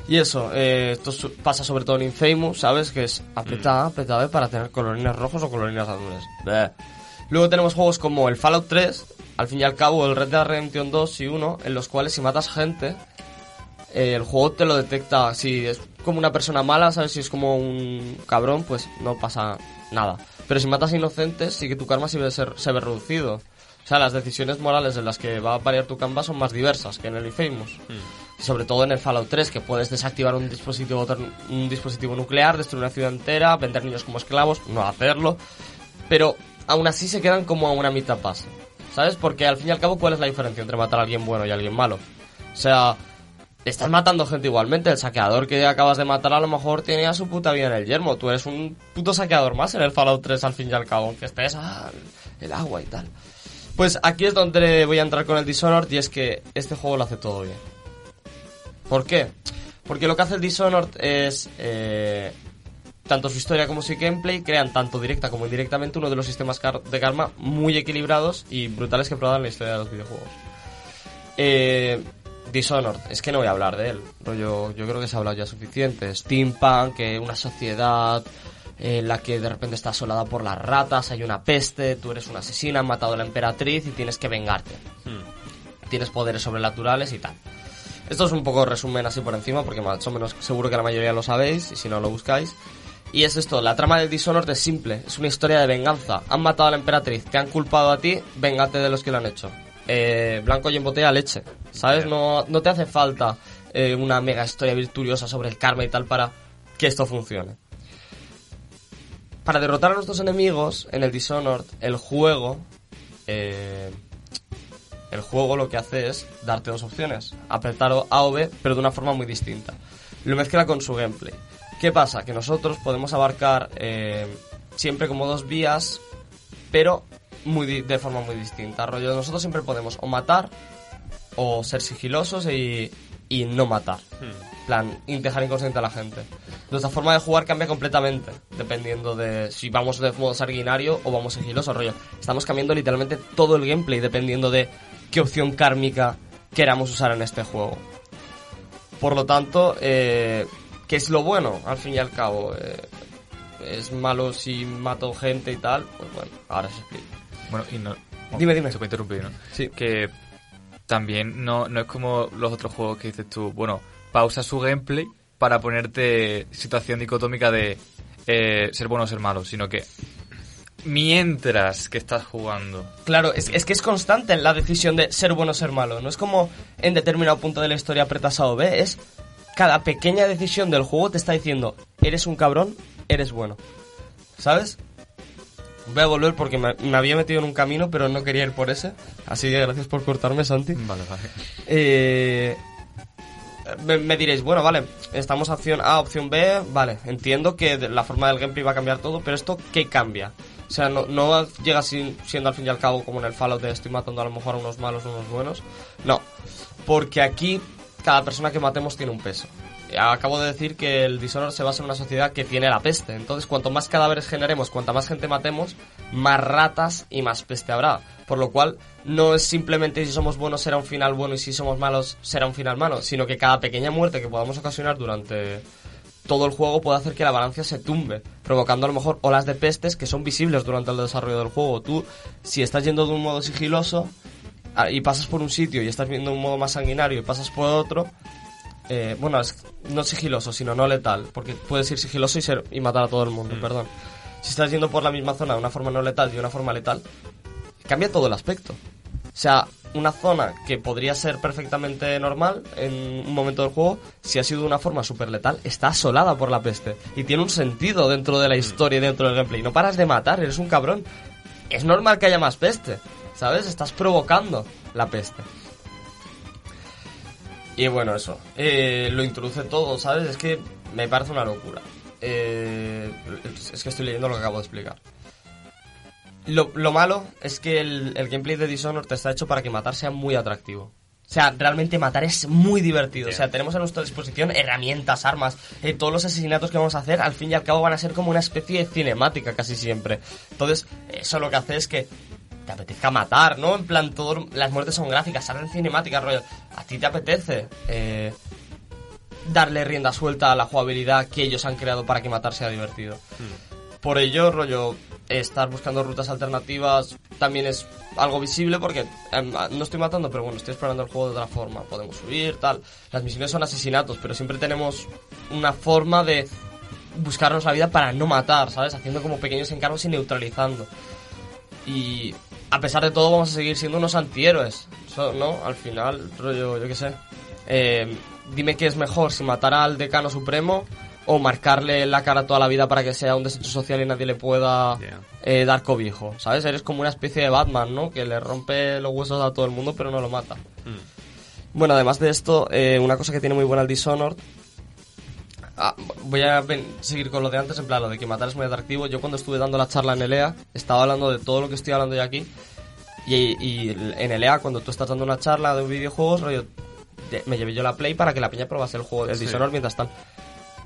Y eso, eh, esto su- pasa sobre todo en Infamous, ¿sabes? Que es apretada, apretada ¿eh? para tener colorines rojos o colorines azules. Bleh. Luego tenemos juegos como el Fallout 3, al fin y al cabo el Red Dead Redemption 2 y 1, en los cuales si matas gente, eh, el juego te lo detecta. Si es como una persona mala, ¿sabes? Si es como un cabrón, pues no pasa nada. Pero si matas inocentes, sí que tu karma se ve, ser- se ve reducido. O sea, las decisiones morales en las que va a variar tu karma son más diversas que en el Infamous. Sobre todo en el Fallout 3, que puedes desactivar un dispositivo, ter- un dispositivo nuclear, destruir una ciudad entera, vender niños como esclavos, no hacerlo. Pero aún así se quedan como a una mitad base. ¿Sabes? Porque al fin y al cabo, ¿cuál es la diferencia entre matar a alguien bueno y a alguien malo? O sea, estás matando gente igualmente. El saqueador que acabas de matar a lo mejor tiene a su puta vida en el yermo. Tú eres un puto saqueador más en el Fallout 3 al fin y al cabo, aunque estés ah, el agua y tal. Pues aquí es donde voy a entrar con el Dishonored y es que este juego lo hace todo bien. ¿Por qué? Porque lo que hace el Dishonored es... eh, tanto su historia como su gameplay crean tanto directa como indirectamente uno de los sistemas car- de karma muy equilibrados y brutales que he probado en la historia de los videojuegos. Eh, Dishonored, es que no voy a hablar de él. Rollo, yo creo que se ha hablado ya suficiente. Steampunk, que una sociedad en la que de repente está asolada por las ratas, hay una peste, tú eres una asesina, han matado a la emperatriz y tienes que vengarte. Tienes poderes sobrenaturales y tal. Esto es un poco resumen así por encima, porque más o menos seguro que la mayoría lo sabéis, y si no lo buscáis. Y es esto, la trama del Dishonored es simple, es una historia de venganza. Han matado a la emperatriz, te han culpado a ti, vengate de los que lo han hecho. Eh, blanco y en botella leche, ¿sabes? No, no te hace falta eh, una mega historia virtuosa sobre el karma y tal para que esto funcione. Para derrotar a nuestros enemigos en el Dishonored, el juego... eh, el juego lo que hace es darte dos opciones, apretar o- A o B, pero de una forma muy distinta. Lo mezcla con su gameplay. ¿Qué pasa? Que nosotros podemos abarcar eh, siempre como dos vías, pero muy di- de forma muy distinta. Rollo, nosotros siempre podemos o matar o ser sigilosos y, y no matar. En plan, in- dejar inconsciente a la gente. Nuestra forma de jugar cambia completamente, dependiendo de si vamos de modo sanguinario o vamos sigiloso, rollo. Estamos cambiando literalmente todo el gameplay, dependiendo de qué opción kármica queramos usar en este juego. Por lo tanto, eh, ¿qué es lo bueno, al fin y al cabo? Eh, ¿Es malo si mato gente y tal? Pues bueno, ahora se explica. Bueno, y no. bueno, Dime, dime. Se puede interrumpir, ¿no? Sí. Que también no, no es como los otros juegos que dices tú, bueno, pausa su gameplay para ponerte situación dicotómica de eh, ser bueno o ser malo, sino que mientras que estás jugando. Claro, es, es que es constante en la decisión de ser bueno o ser malo. No es como en determinado punto de la historia apretas A o B, es cada pequeña decisión del juego te está diciendo, eres un cabrón, eres bueno. ¿Sabes? Voy a volver porque me, me había metido en un camino, pero no quería ir por ese. Así que gracias por cortarme, Santi. Vale, vale. Eh, me, me diréis, bueno, vale, estamos opción A, opción B, vale, entiendo que de- la forma del gameplay va a cambiar todo, pero ¿esto qué cambia? O sea, no, no llega sin- siendo al fin y al cabo como en el Fallout de estoy matando a lo mejor a unos malos, unos buenos. No, porque aquí cada persona que matemos tiene un peso. Acabo de decir que el Dishonor se basa en una sociedad que tiene la peste. Entonces, cuanto más cadáveres generemos, cuanta más gente matemos, más ratas y más peste habrá. Por lo cual, no es simplemente si somos buenos será un final bueno y si somos malos será un final malo, sino que cada pequeña muerte que podamos ocasionar durante todo el juego puede hacer que la balanza se tumbe, provocando a lo mejor olas de pestes que son visibles durante el desarrollo del juego. Tú, si estás yendo de un modo sigiloso ah, y pasas por un sitio y estás viendo un modo más sanguinario y pasas por otro, eh, bueno, es- no sigiloso, sino no letal, porque puedes ir sigiloso y, ser, y matar a todo el mundo, perdón. Si estás yendo por la misma zona de una forma no letal y de una forma letal, cambia todo el aspecto. O sea, una zona que podría ser perfectamente normal en un momento del juego, si ha sido de una forma súper letal, está asolada por la peste. Y tiene un sentido dentro de la historia y dentro del gameplay. No paras de matar, eres un cabrón. Es normal que haya más peste, ¿sabes? Estás provocando la peste. Y bueno, eso. Eh, lo introduce todo, ¿sabes? Es que me parece una locura. Eh, es que estoy leyendo lo que acabo de explicar. Lo, lo malo es que el, el gameplay de Dishonored te está hecho para que matar sea muy atractivo. O sea, realmente matar es muy divertido. O sea, tenemos a nuestra disposición herramientas, armas. eh, todos los asesinatos que vamos a hacer, al fin y al cabo, van a ser como una especie de cinemática casi siempre. Entonces, eso lo que hace es que te apetezca matar, ¿no? En plan, todo, las muertes son gráficas, salen cinemáticas, rollo. A ti te apetece. Eh, darle rienda suelta a la jugabilidad que ellos han creado para que matar sea divertido. Por ello, rollo, estar buscando rutas alternativas también es algo visible porque em, no estoy matando, pero bueno, estoy explorando el juego de otra forma. Podemos subir, tal. Las misiones son asesinatos, pero siempre tenemos una forma de buscarnos la vida para no matar, ¿sabes? Haciendo como pequeños encargos y neutralizando. Y a pesar de todo vamos a seguir siendo unos antihéroes, so- ¿no? Al final, rollo, yo qué sé. Eh, dime qué es mejor, si matar al decano supremo o marcarle la cara toda la vida para que sea un desecho social y nadie le pueda Yeah. eh, dar cobijo, ¿sabes? Eres como una especie de Batman, ¿no? Que le rompe los huesos a todo el mundo pero no lo mata. Bueno, además de esto, eh, una cosa que tiene muy buena el Dishonored Ah, voy a ven- seguir con lo de antes, en plan, lo de que matar es muy atractivo. Yo cuando estuve dando la charla en ELEA, estaba hablando de todo lo que estoy hablando yo aquí. Y, y en ELEA, cuando tú estás dando una charla de videojuegos, rollo, te- me llevé yo la Play para que la peña probase el juego del Dishonored mientras tal.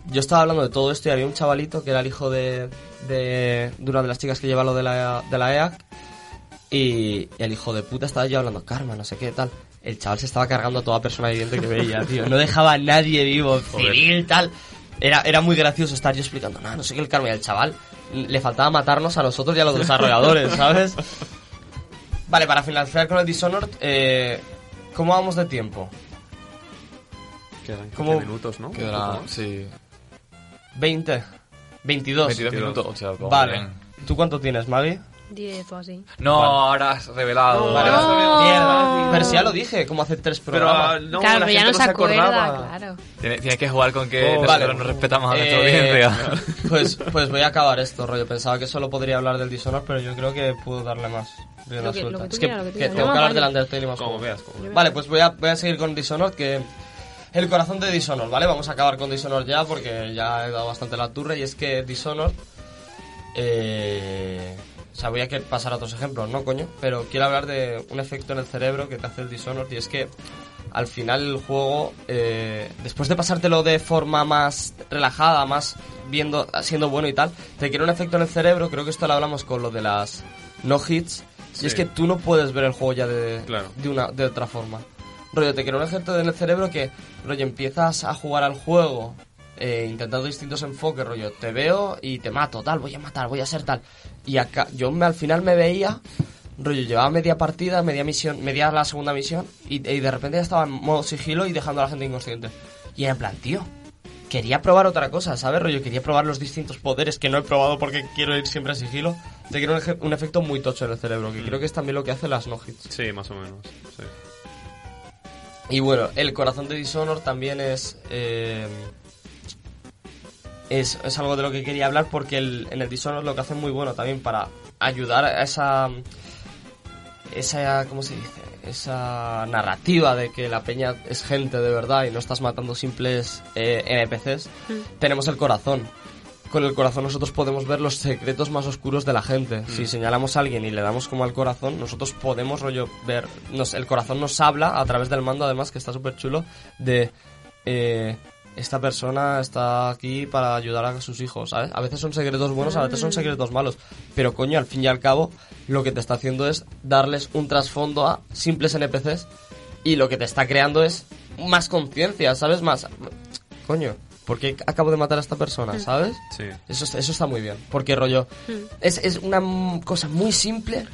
Yo estaba hablando de todo esto y había un chavalito que era el hijo de, de, de una de las chicas que lleva lo de la, de la E EAC. Y el hijo de puta estaba yo hablando, karma, no sé qué, tal. El chaval se estaba cargando a toda persona viviente que veía, tío. No dejaba a nadie vivo, civil, tal. Era, era muy gracioso estar yo explicando, no, no sé qué, el karma. Y al chaval mm, le faltaba matarnos a nosotros y a los desarrolladores, ¿sabes? Vale, para finalizar con el Dishonored, eh, ¿cómo vamos de tiempo? Quedan 15 ¿Cómo? minutos, ¿no? Quedará, sí. ¿20? ¿22? 22 minutos. O sea, vamos Vale. bien. ¿Tú cuánto tienes, Mavi? 10 o así. No, ahora has revelado. Vale, Vale. Oh. Mierda. Pero si ya lo dije, como hace tres Pero programas. ah, no, Oh. claro, la pero ya gente no se acuerda, acordaba. claro. Tiene- Tienes que jugar con que Oh, nosotros vale. no respetamos a nuestra Eh, audiencia. Pues, pues voy a acabar esto, rollo. Pensaba que solo podría hablar del Dishonored, pero yo creo que puedo darle más. rienda Lo que- lo suelta. que tú es que, quieras, lo que tú que quieras. tengo Yo que me hablar del apaño. Undertale y más Como cosas. veas, como veas. Vale, pues voy a, voy a seguir con Dishonored, que... El corazón de Dishonored, ¿vale? Vamos a acabar con Dishonored ya, porque ya he dado bastante la turra, y es que Dishonored... Eh... O sea, voy a que- pasar a otros ejemplos, ¿no, coño? Pero quiero hablar de un efecto en el cerebro que te hace el Dishonored, y es que... Al final el juego, eh, después de pasártelo de forma más relajada, más viendo, siendo bueno y tal, te crea un efecto en el cerebro, creo que esto lo hablamos con lo de las no hits, y es Sí. que tú no puedes ver el juego ya de, Claro. de una de otra forma. Rollo, te crea un efecto en el cerebro que, rollo, empiezas a jugar al juego eh, intentando distintos enfoques, rollo, te veo y te mato, tal, voy a matar, voy a ser tal. Y acá, yo me- al final me veía, rollo, llevaba media partida, media misión, media la segunda misión, y, y de repente ya estaba en modo sigilo y dejando a la gente inconsciente. Y era en plan, tío, quería probar otra cosa, ¿sabes? Rollo, quería probar los distintos poderes que no he probado porque quiero ir siempre a sigilo. Te crea un, eje- un efecto muy tocho en el cerebro, que creo que es también lo que hace las no-hits. Sí, más o menos. sí. Y bueno, el corazón de Dishonor también es, eh, es. es algo de lo que quería hablar porque el- en el Dishonor lo que hacen muy bueno también para ayudar a esa esa cómo se dice esa narrativa de que la peña es gente de verdad y no estás matando simples eh, NPCs tenemos el corazón con el corazón nosotros podemos ver los secretos más oscuros de la gente si señalamos a alguien y le damos como al corazón nosotros podemos rollo ver nos, el corazón nos habla a través del mando además que está súper chulo de eh, esta persona está aquí para ayudar a sus hijos, ¿sabes? A veces son secretos buenos, a veces son secretos malos. Pero coño, al fin y al cabo, lo que te está haciendo es darles un trasfondo a simples NPCs y lo que te está creando es más conciencia, ¿sabes? Más... Coño, ¿por qué acabo de matar a esta persona, ¿sabes? Sí. Eso, está- eso está muy bien, porque rollo... Es, es una mm, cosa muy simple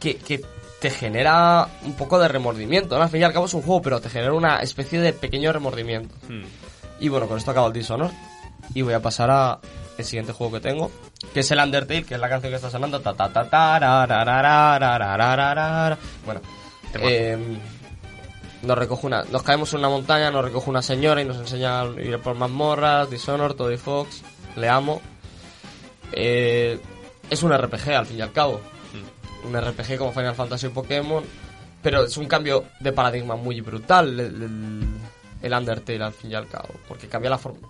que, que te genera un poco de remordimiento. ¿no? Al fin y al cabo es un juego, pero te genera una especie de pequeño remordimiento. Hmm. Y bueno, con esto acabo el Dishonor. Y voy a pasar a el siguiente juego que tengo, que es el Undertale, que es la canción que está sonando. Ta, ta, ta, ta, ra, ra, ra, ra, ra, ra, ra, ra, ra, ra. Bueno, eh, nos recoge una, nos caemos en una montaña, nos recoge una señora y nos enseña a ir por mazmorras, Dishonor, Toddy Fox, le amo. Eh, es un RPG al fin y al cabo. Mm. Un RPG como Final Fantasy o Pokémon. Pero es un cambio de paradigma muy brutal el, el- el Undertale al fin y al cabo. Porque cambia la forma.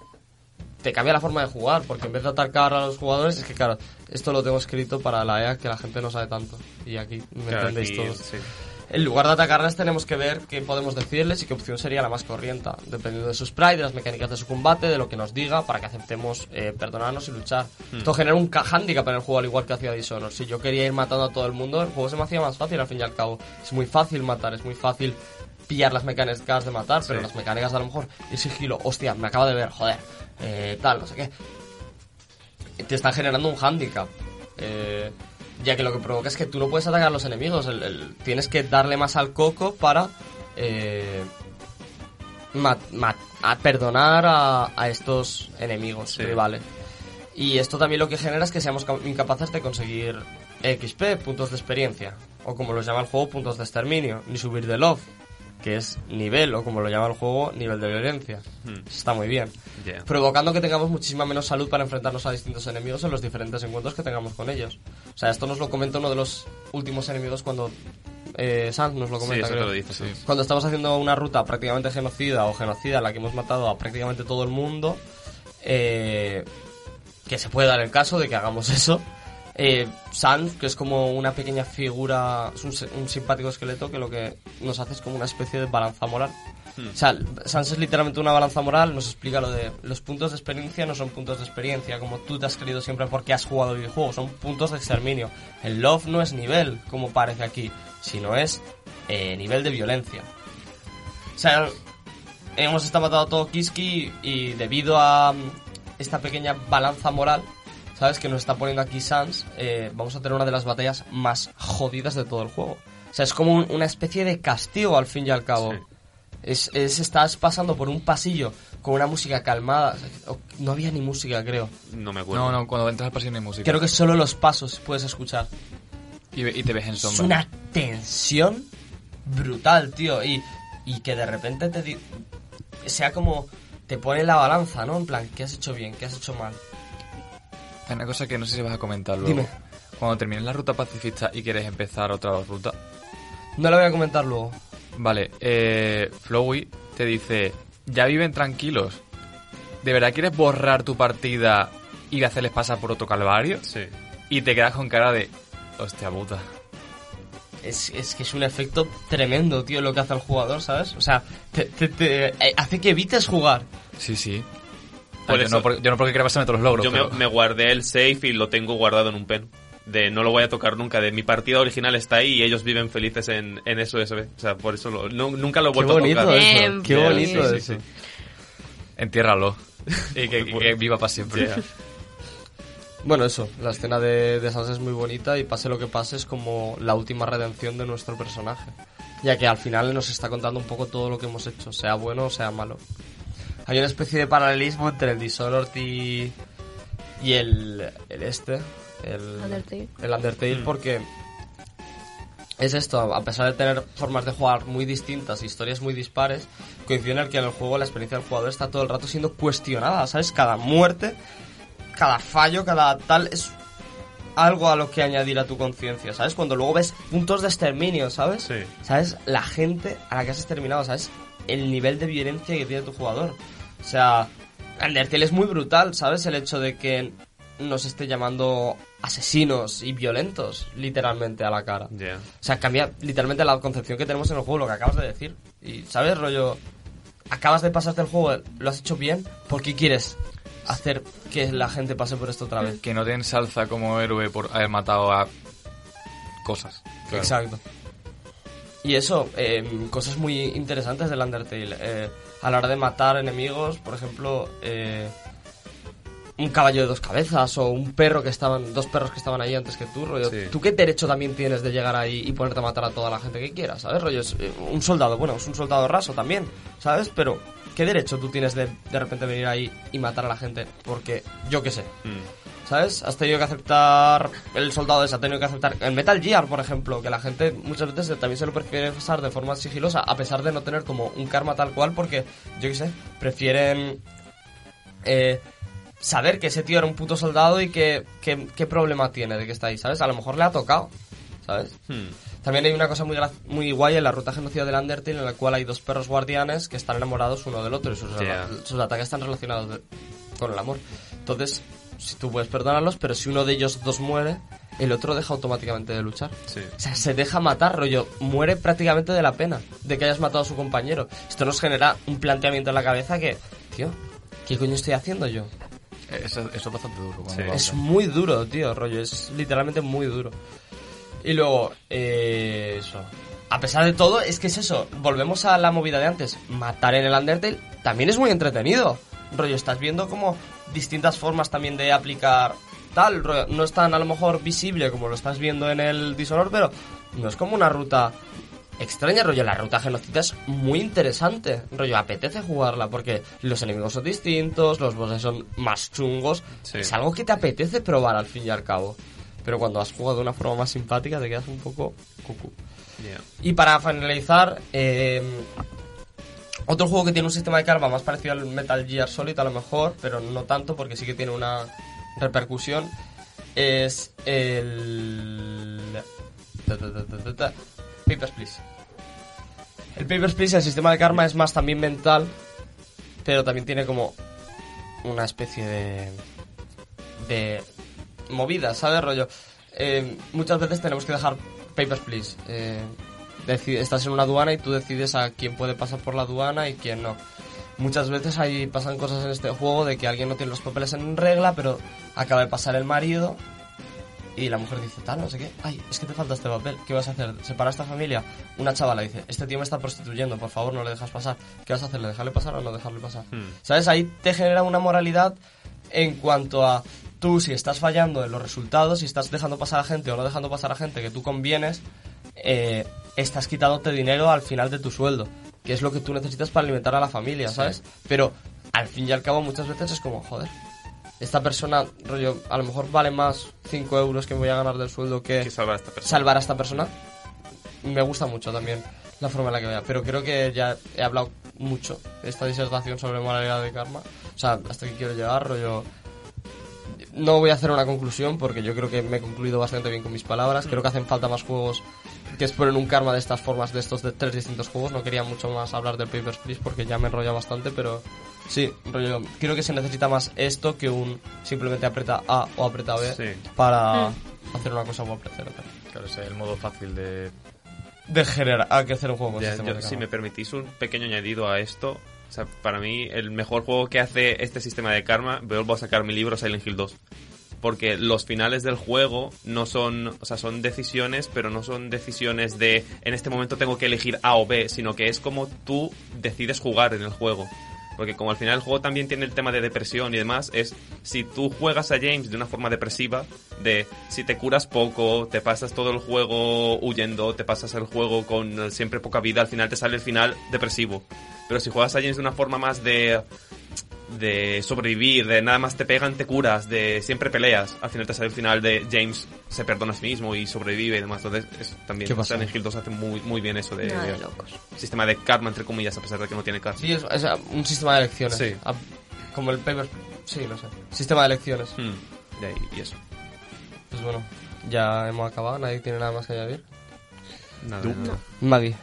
Te cambia la forma de jugar. Porque en vez de atacar a los jugadores, es que claro, esto lo tengo escrito para la EA que la gente no sabe tanto. Y aquí me Claro, entendéis aquí, todos. sí. En lugar de atacarles tenemos que ver qué podemos decirles y qué opción sería la más corriente, dependiendo de su sprite, de las mecánicas de su combate, de lo que nos diga, para que aceptemos eh, perdonarnos y luchar. Esto genera un ca- handicap en el juego, al igual que hacía Dishonor. Si yo quería ir matando a todo el mundo, el juego se me hacía más fácil al fin y al cabo. Es muy fácil matar, es muy fácil pillar las mecánicas de matar, pero las mecánicas de a lo mejor el sigilo, hostia, me acaba de ver, joder, eh, tal, no sé qué te está generando un hándicap. eh, ya que lo que provoca es que tú no puedes atacar a los enemigos. el- el- tienes que darle más al coco para eh, ma- ma- a perdonar a, a estos enemigos rivales. Y esto también lo que genera es que seamos ca- incapaces de conseguir XP, puntos de experiencia, o como los llama el juego, puntos de exterminio, ni subir de love, que es nivel, o como lo llama el juego, nivel de violencia. Está muy bien. Yeah. Provocando que tengamos muchísima menos salud para enfrentarnos a distintos enemigos en los diferentes encuentros que tengamos con ellos. O sea, esto nos lo comenta uno de los últimos enemigos cuando eh, Sans nos lo Sí, comenta. eso te creo lo dice. sí. cuando estamos haciendo una ruta prácticamente genocida o genocida, en la que hemos matado a prácticamente todo el mundo, eh, que se puede dar el caso de que hagamos eso. Eh, Sans, que es como una pequeña figura, es un, se- un simpático esqueleto que lo que nos hace es como una especie de balanza moral. O sea, Sans es literalmente una balanza moral, nos explica lo de los puntos de experiencia no son puntos de experiencia, como tú te has creído siempre porque has jugado videojuegos, son puntos de exterminio. El love no es nivel, como parece aquí, sino es eh, nivel de violencia. O sea, hemos estado matando a todo Kiski y debido a mm, esta pequeña balanza moral, ¿sabes? Que nos está poniendo aquí Sans, eh, vamos a tener una de las batallas más jodidas de todo el juego. O sea, es como un- una especie de castigo al fin y al cabo. Sí. Es, es- estás pasando por un pasillo con una música calmada. o sea, o- No había ni música, creo. No me acuerdo. No, no, cuando entras al pasillo no hay música. Creo que solo los pasos puedes escuchar. Y, ve- y te ves en Es sombra. una tensión brutal, tío. Y, y que de repente te di- sea como te pone la balanza, ¿no? En plan, ¿qué has hecho bien? ¿Qué has hecho mal? Hay una cosa que no sé si vas a comentar luego. Dime. Cuando termines la ruta pacifista y quieres empezar otra ruta, No lo voy a comentar luego. Vale, eh, Flowey te dice, ya viven tranquilos. ¿De verdad quieres borrar tu partida y hacerles pasar por otro calvario? Sí. Y te quedas con cara de, hostia puta. Es, es que es un efecto tremendo, tío, lo que hace el jugador, ¿sabes? O sea, te, te- te- eh, hace que evites jugar. Sí, sí. Ah, Por yo, eso- no por- yo no porque quiera pasarme todos los logros, Yo me, pero- me guardé el safe y lo tengo guardado en un pen. De no lo voy a tocar nunca. De mi partida original está ahí y ellos viven felices en, en eso, eso, O sea, por eso lo- no- nunca lo he vuelto a tocar. eso, Bien, qué bien. bonito eso. Entiérralo. y que, y que viva para siempre. Yeah. Bueno, eso, la escena de, de Sans es muy bonita y pase lo que pase es como la última redención de nuestro personaje, ya que al final nos está contando un poco todo lo que hemos hecho, sea bueno o sea malo. Hay una especie de paralelismo entre el Dishonored y, y el, el este, el Undertale. el Undertale porque es esto, a pesar de tener formas de jugar muy distintas, historias muy dispares, coincide en el que en el juego la experiencia del jugador está todo el rato siendo cuestionada, ¿sabes? Cada muerte cada fallo, cada tal es algo a lo que añadir a tu conciencia, ¿sabes? Cuando luego ves puntos de exterminio, ¿sabes? Sí. ¿Sabes? La gente a la que has exterminado, ¿sabes? El nivel de violencia que tiene tu jugador. O sea, Undertale es muy brutal, ¿sabes? El hecho de que nos esté llamando asesinos y violentos, literalmente, a la cara. Ya. O sea, cambia literalmente la concepción que tenemos en el juego, lo que acabas de decir. Y, ¿sabes, rollo? Acabas de pasarte el juego, lo has hecho bien, ¿por qué quieres hacer que la gente pase por esto otra vez? Que no te ensalza como héroe por haber matado a cosas. Exacto. Y eso, eh, cosas muy interesantes del Undertale. Eh, a la hora de matar enemigos, por ejemplo, eh, un caballo de dos cabezas o un perro que estaban, dos perros que estaban ahí antes que tú, rollo. Sí. ¿Tú qué derecho también tienes de llegar ahí y ponerte a matar a toda la gente que quieras, sabes? Rollo, es, eh, un soldado, bueno, es un soldado raso también, ¿sabes? Pero, ¿qué derecho tú tienes de de repente venir ahí y matar a la gente? Porque, yo qué sé, Mm. ¿Sabes? Has tenido que aceptar. El soldado ese ha tenido que aceptar. El Metal Gear, por ejemplo, que la gente muchas veces se- también se lo prefiere pasar de forma sigilosa, a pesar de no tener como un karma tal cual, porque, yo qué sé, prefieren. eh, saber que ese tío era un puto soldado y que, que- qué problema tiene de que está ahí, ¿sabes? A lo mejor le ha tocado, ¿sabes? Hmm. También hay una cosa muy, gra- muy guay en la ruta genocida del Undertale en la cual hay dos perros guardianes que están enamorados uno del otro y sus, Yeah. sus ataques están relacionados de- con el amor. Entonces, si tú puedes perdonarlos, pero si uno de ellos dos muere, el otro deja automáticamente de luchar. Sí. O sea, se deja matar, rollo, muere prácticamente de la pena de que hayas matado a su compañero. Esto nos genera un planteamiento en la cabeza que, tío, ¿qué coño estoy haciendo yo? Eh, Eso, eso es bastante duro. cuando Sí. lo Es haces. muy duro, tío, rollo. Es literalmente muy duro. Y luego, eh, eso. A pesar de todo, es que es eso. Volvemos a la movida de antes. Matar en el Undertale también es muy entretenido. Rollo, estás viendo como distintas formas también de aplicar tal. rollo, no es tan a lo mejor visible como lo estás viendo en el Dishonor, pero no es como una ruta extraña, rollo, la ruta genocida es muy interesante, rollo, apetece jugarla porque los enemigos son distintos, los bosses son más chungos, Sí. es algo que te apetece probar al fin y al cabo, pero cuando has jugado de una forma más simpática te quedas un poco cucú. Ya. Y para finalizar, eh, otro juego que tiene un sistema de karma más parecido al Metal Gear Solid a lo mejor, pero no tanto porque sí que tiene una repercusión, es el... ta, ta, ta, ta, ta, ta, Papers, Please. El Papers, Please, el sistema de karma es más también mental, pero también tiene como una especie de... de movida, ¿sabes? Rollo. Eh, muchas veces tenemos que dejar papers, please. Eh, deci- estás en una aduana y tú decides a quién puede pasar por la aduana y quién no. Muchas veces ahí pasan cosas en este juego de que alguien no tiene los papeles en regla, pero acaba de pasar el marido y la mujer dice, tal, no sé qué, ay, es que te falta este papel, ¿qué vas a hacer? ¿Separar a esta familia? Una chavala dice, este tío me está prostituyendo, por favor, no le dejas pasar. ¿Qué vas a hacerle? ¿Dejarle pasar o no dejarle pasar? Hmm. ¿Sabes? Ahí te genera una moralidad en cuanto a tú si estás fallando en los resultados, si estás dejando pasar a gente o no dejando pasar a gente que tú convienes, eh, estás quitándote dinero al final de tu sueldo, que es lo que tú necesitas para alimentar a la familia, ¿sabes? Pero al fin y al cabo muchas veces es como, joder, esta persona, rollo, a lo mejor vale más 5 euros que me voy a ganar del sueldo que Hay que salvar a esta persona. salvar a esta persona. Me gusta mucho también la forma en la que vea, pero creo que ya he hablado mucho de esta disertación sobre moralidad de karma. O sea, hasta aquí quiero llegar, rollo. No voy a hacer una conclusión porque yo creo que me he concluido bastante bien con mis palabras. Creo que hacen falta más juegos que exploren un karma de estas formas, de estos de tres distintos juegos. No quería mucho más hablar del Papers, Please porque ya me enrolla bastante, pero sí, rollo. Creo que se necesita más esto que un simplemente aprieta A o aprieta B Sí. para hacer una cosa o apretar otra Claro, ese es el modo fácil de... de generar hay que hacer un juego con Ya, sistema yo, de este si cámara. me permitís un pequeño añadido a esto, o sea, para mí el mejor juego que hace este sistema de karma, vuelvo a sacar mi libro Silent Hill 2. Porque los finales del juego no son, o sea, son decisiones, pero no son decisiones de en este momento tengo que elegir A o B, sino que es como tú decides jugar en el juego. Porque como al final el juego también tiene el tema de depresión y demás, es si tú juegas a James de una forma depresiva, de si te curas poco, te pasas todo el juego huyendo, te pasas el juego con eh, siempre poca vida, al final te sale el final depresivo. Pero si juegas a James de una forma más de de sobrevivir, de nada más te pegan, te curas, de siempre peleas. Al final te sale el final de James se perdona a sí mismo y sobrevive y demás. Entonces, es, también ¿Qué pasa? Silent Hill 2 hace muy, muy bien eso de, Nada de de locos. sistema de karma, entre comillas, a pesar de que no tiene karma. Sí, es, es, ah, un sistema de elecciones. Sí. Ah, Como el paper... Sí, no sé. Sistema de elecciones. Hmm. De ahí, y eso. Pues bueno, ya hemos acabado, nadie tiene nada más que añadir. Nada, Tú. nada. Maggie,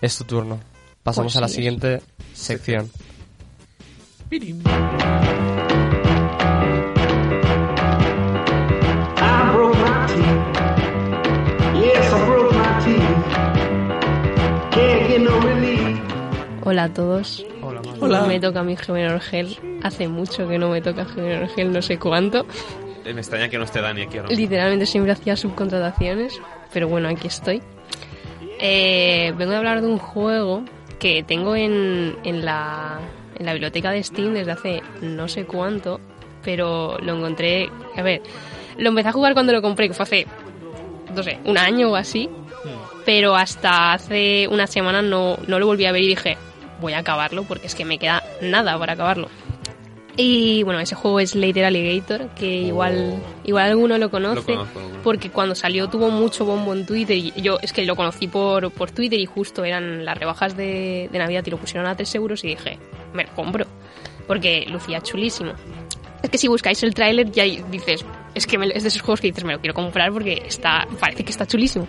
es tu turno. Pasamos Pues a la sí. siguiente sección. I broke my teeth. Yes, I broke my teeth. Can't get no relief. Hola a todos. Hola, Mar. Me toca mi gemelo Orgel. Hace mucho que no me toca gemelo Orgel, no sé cuánto. Eh, Me extraña que no esté Dani aquí ahora. mismo. Literalmente siempre hacía subcontrataciones, pero bueno, aquí estoy. Eh, vengo a hablar de un juego que tengo en, en la, en la biblioteca de Steam desde hace no sé cuánto, pero lo encontré... A ver, lo empecé a jugar cuando lo compré, que fue hace, no sé, un año o así, pero hasta hace una semana no, no lo volví a ver y dije, voy a acabarlo porque es que me queda nada para acabarlo. Y bueno, ese juego es Later Alligator, que igual, igual alguno lo conoce, conozco, alguno. porque cuando salió tuvo mucho bombo en Twitter y yo es que lo conocí por, por Twitter y justo eran las rebajas de, de Navidad y lo pusieron a 3 euros y dije, me lo compro, porque lucía chulísimo. Es que si buscáis el tráiler ya dices, es que me lo- es de esos juegos que dices, me lo quiero comprar porque está, parece que está chulísimo.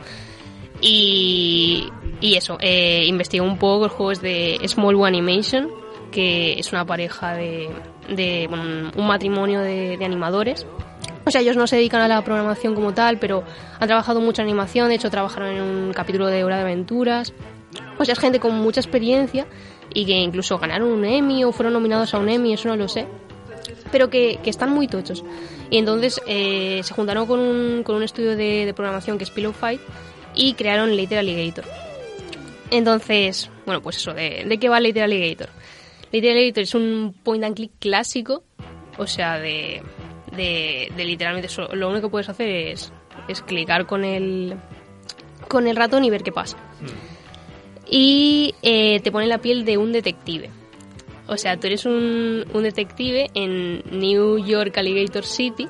Y, y eso, eh, investigué un poco, el juego es de Small One Animation, que es una pareja de, de, bueno, un- un matrimonio de, de animadores. O sea, ellos no se dedican a la programación como tal, pero han trabajado mucha animación, de hecho trabajaron en un capítulo de Hora de Aventuras. O sea, es gente con mucha experiencia y que incluso ganaron un Emmy o fueron nominados a un Emmy, eso no lo sé pero que, que están muy tochos. Y entonces eh, se juntaron con un, con un estudio de, de programación que es Pillow Fight y crearon Later Alligator. Entonces, bueno, pues eso, ¿de, de qué va Later Alligator? Later Alligator es un point and click clásico, o sea, de, de, de literalmente eso, lo único que puedes hacer es, es clicar con el, con el ratón y ver qué pasa. Y eh, te pone la piel de un detective. O sea, tú eres un, un detective en New York Alligator City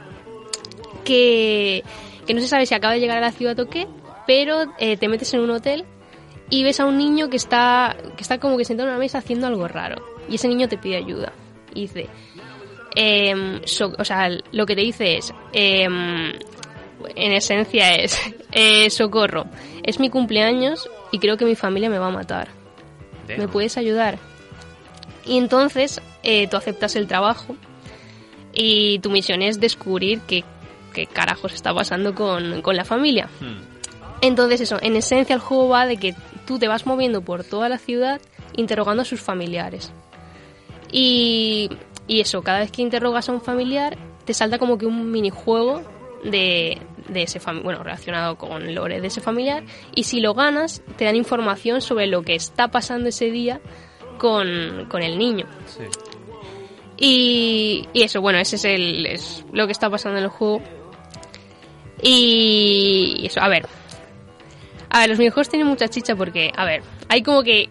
que, que no se sabe si acaba de llegar a la ciudad o qué, pero eh, te metes en un hotel y ves a un niño que está, que está como que sentado en una mesa haciendo algo raro. Y ese niño te pide ayuda. Y dice, em, so- o sea, lo que te dice es, em, en esencia es, eh, socorro, es mi cumpleaños y creo que mi familia me va a matar. ¿Me Damn. puedes ayudar? Y entonces eh, tú aceptas el trabajo y tu misión es descubrir qué, qué carajos está pasando con, con la familia. Hmm. Entonces eso, en esencia el juego va de que tú te vas moviendo por toda la ciudad interrogando a sus familiares. Y, y eso, cada vez que interrogas a un familiar te salta como que un minijuego de, de ese fami- bueno, relacionado con lore de ese familiar y si lo ganas te dan información sobre lo que está pasando ese día con, con el niño. Sí. Y, y eso, bueno, ese es, el, es lo que está pasando en el juego. Y eso, a ver. A ver, los minijuegos tienen mucha chicha porque, a ver, hay como que...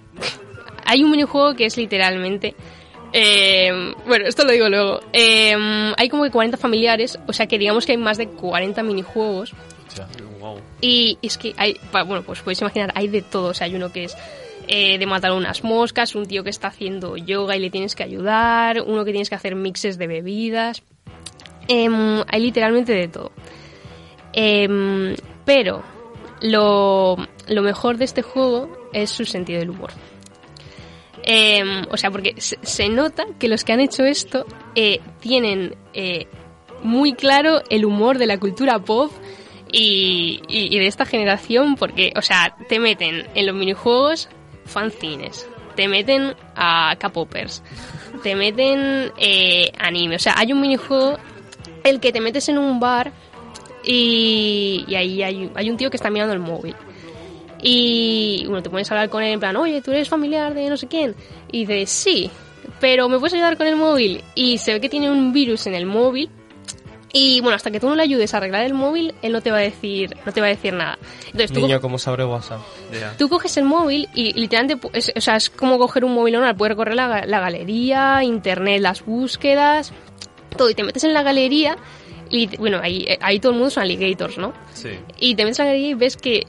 Hay un minijuego que es literalmente... eh, bueno, esto lo digo luego. Eh, hay como que 40 familiares, o sea que digamos que hay más de 40 minijuegos. Wow. Y es que hay, pa- bueno, pues podéis imaginar, hay de todo. O sea, hay uno que es eh, de matar unas moscas, un tío que está haciendo yoga y le tienes que ayudar, uno que tienes que hacer mixes de bebidas. Em, hay literalmente de todo. Em, pero lo, lo mejor de este juego es su sentido del humor. Em, o sea, porque se, se nota que los que han hecho esto eh, tienen eh, muy claro el humor de la cultura pop y, y- y de esta generación, porque, o sea, te meten en los minijuegos fanzines, te meten a K-popers, te meten eh, anime. O sea, hay un minijuego el que te metes en un bar y, y ahí hay, hay un tío que está mirando el móvil. Y bueno, te pones a hablar con él en plan, oye, tú eres familiar de no sé quién. Y dice, sí, pero ¿me puedes ayudar con el móvil? Y se ve que tiene un virus en el móvil. Y bueno, hasta que tú no le ayudes a arreglar el móvil, él no te va a decir, no te va a decir nada. Entonces, tú Niño, ¿cómo sabré WhatsApp? Ya. Tú coges el móvil y literalmente, pu- es, o sea, es como coger un móvil normal, puedes recorrer la, ga- la galería, internet, las búsquedas, todo, y te metes en la galería y, bueno, ahí, eh, ahí todo el mundo son alligators, ¿no? Sí. Y te metes en la galería y ves que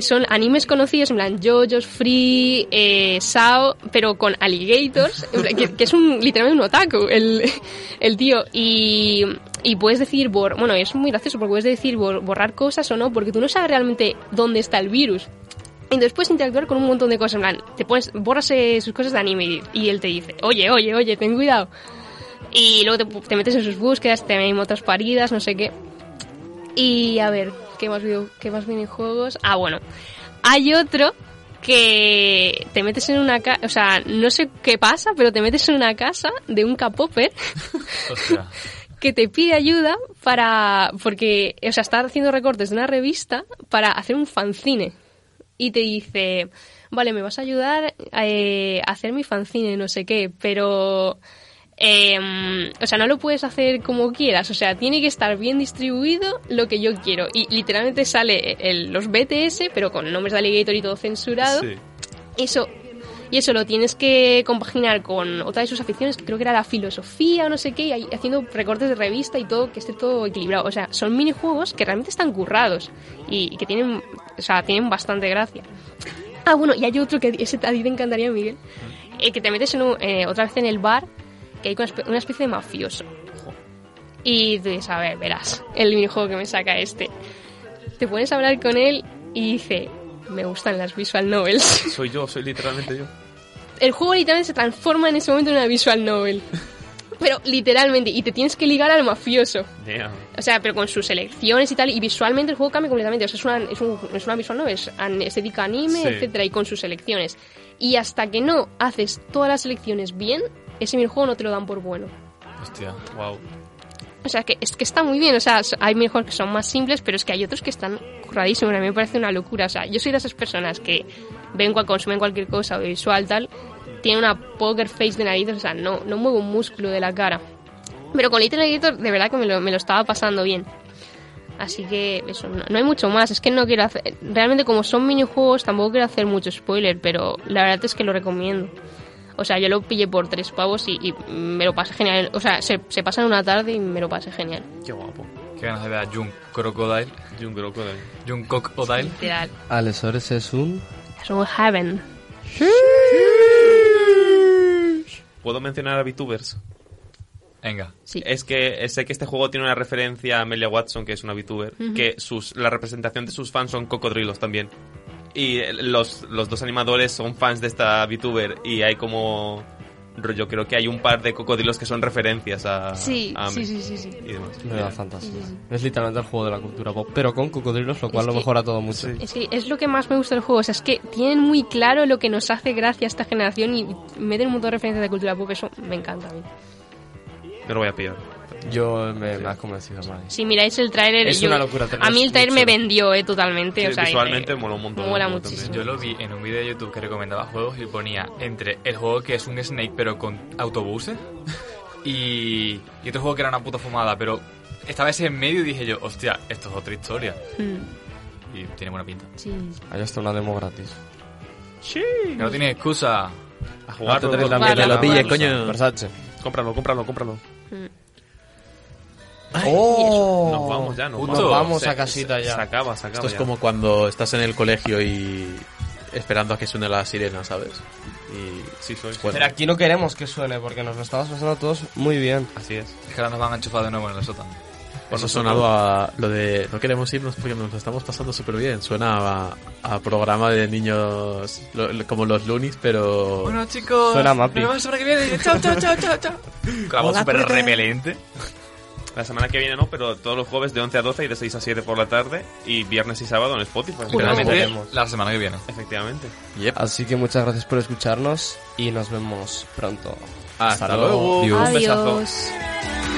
son animes conocidos, en plan JoJo's Free, eh, Sao, pero con alligators, en plan, que, que es un, literalmente un otaku el, el tío. Y, Y puedes decir, bor bueno, es muy gracioso porque puedes decir bor- borrar cosas o no, porque tú no sabes realmente dónde está el virus. Entonces puedes interactuar con un montón de cosas, en plan, te pones, borras eh, sus cosas de anime y, y él te dice, oye, oye, oye, ten cuidado. Y luego te, te metes en sus búsquedas, te ven otras paridas, no sé qué. Y a ver, ¿qué más, video, ¿qué más minijuegos? Ah, bueno. Hay otro que te metes en una casa, o sea, no sé qué pasa, pero te metes en una casa de un capoper Hostia. que te pide ayuda para. Porque, o sea, está haciendo recortes de una revista para hacer un fanzine. Y te dice: Vale, me vas a ayudar eh, a hacer mi fanzine, no sé qué, pero. em, o sea, no lo puedes hacer como quieras. O sea, tiene que estar bien distribuido lo que yo quiero. Y literalmente sale el- los BTS, pero con nombres de Alligator y todo censurado Sí. eso y eso lo tienes que compaginar con otra de sus aficiones que creo que era la filosofía o no sé qué y ahí haciendo recortes de revista y todo que esté todo equilibrado o sea son minijuegos que realmente están currados y, y que tienen o sea tienen bastante gracia ah bueno y hay otro que ese a ti te encantaría Miguel eh, que te metes en un- eh, otra vez en el bar que hay una espe- una especie de mafioso y tú dices, a ver, verás, el minijuego que me saca este. Te pones a hablar con él y dice, me gustan las visual novels. Soy yo, soy literalmente yo. el juego literalmente se transforma en ese momento en una visual novel. Pero literalmente, y te tienes que ligar al mafioso. Damn. O sea, pero con sus elecciones y tal, y visualmente el juego cambia completamente. O sea, es una, es un- es una visual novel, es an- estética anime, Sí. etcétera, y con sus elecciones. Y hasta que no haces todas las elecciones bien, ese minijuego no te lo dan por bueno. Hostia. Wow. O sea, que es que está muy bien. O sea, so- hay mejor que son más simples, pero es que hay otros que están curradísimos. A mí me parece una locura. O sea, yo soy de esas personas que ven, cual- consumen cualquier cosa audiovisual, tal, tienen una poker face de narices, o sea, no, no muevo un músculo de la cara. Pero con Little Editor, de verdad que me lo, me lo estaba pasando bien. Así que eso, no, no hay mucho más. Es que no quiero hacer. Realmente, como son minijuegos, tampoco quiero hacer mucho spoiler, pero la verdad es que lo recomiendo. O sea, yo lo pillé por tres pavos y, y me lo pasé genial. O sea, se, se pasa en una tarde y me lo pasé genial. Qué guapo. Qué ganas de ver a Jung Crocodile. Y un crocodile. Jung Crocodile. Literal. Alessores es un... Es un heaven. ¿Puedo mencionar a VTubers? Venga. Sí. Eh, Es que sé que este juego tiene una referencia a Amelia Watson, que es una VTuber, que sus, la representación de sus fans son cocodrilos también. Y eh, los, los dos animadores son fans de esta VTuber y hay como... Yo creo que hay un par de cocodrilos que son referencias a... Sí, a Ame sí, sí, sí, sí. Y demás. Me da fantasía. Es literalmente el juego de la cultura pop, pero con cocodrilos, lo cual Es lo que- mejora todo mucho. Es que es lo que más me gusta del juego. O sea, es que tienen muy claro lo que nos hace gracia a esta generación y meten un montón de referencias de cultura pop. Eso me encanta a mí. Me lo voy a pillar. Yo me, me has convencido por ahí. Si miráis el tráiler... Es yo- una locura, te A mí ríes el tráiler me mucho. vendió, eh, totalmente. Sí, o sea, visualmente eh, mola un montón, Mola un montón muchísimo. Yo lo vi en un vídeo de YouTube que recomendaba juegos y ponía entre el juego que es un Snake pero con autobuses y, y otro juego que era una puta fumada, pero esta vez en medio y dije yo, hostia, esto es otra historia. Mm, Y tiene buena pinta. sí. Ahí está una demo gratis. Que no tiene excusa. A jugarlo. te ¿eh? des la todo. mierda, lo la pille, cosa. coño. Versace. Cómpralo, cómpralo, cómpralo. Mm. ¡Oh! Nos vamos ya, nos Nos vamos. vamos Se- a casita se- ya. Se acaba, se acaba Esto es ya. como cuando estás en el colegio y esperando a que suene la sirena, ¿sabes? Y Sí, soy. Bueno. Pero aquí no queremos que suene porque nos lo estamos pasando todos muy bien. Así es. Es que ahora nos van a enchufar de nuevo en el sótano. Eso ha sonado a lo de no queremos irnos porque nos lo estamos pasando súper bien. Suena a, a programa de niños lo- lo- como los Lunis, pero... Bueno chicos, Suena Mapi. nos vemos la semana que viene. Chao, chao, chao, chao, chao. Con la voz súper repelente. La semana que viene no, pero todos los jueves de 11 a 12 y de 6 a 7 por la tarde y viernes y sábado en Spotify. Literalmente, veremos. la semana que viene. Efectivamente. Yep. Así que muchas gracias por escucharnos y nos vemos pronto. Hasta luego. Adiós. Un besazo. Adiós. Thank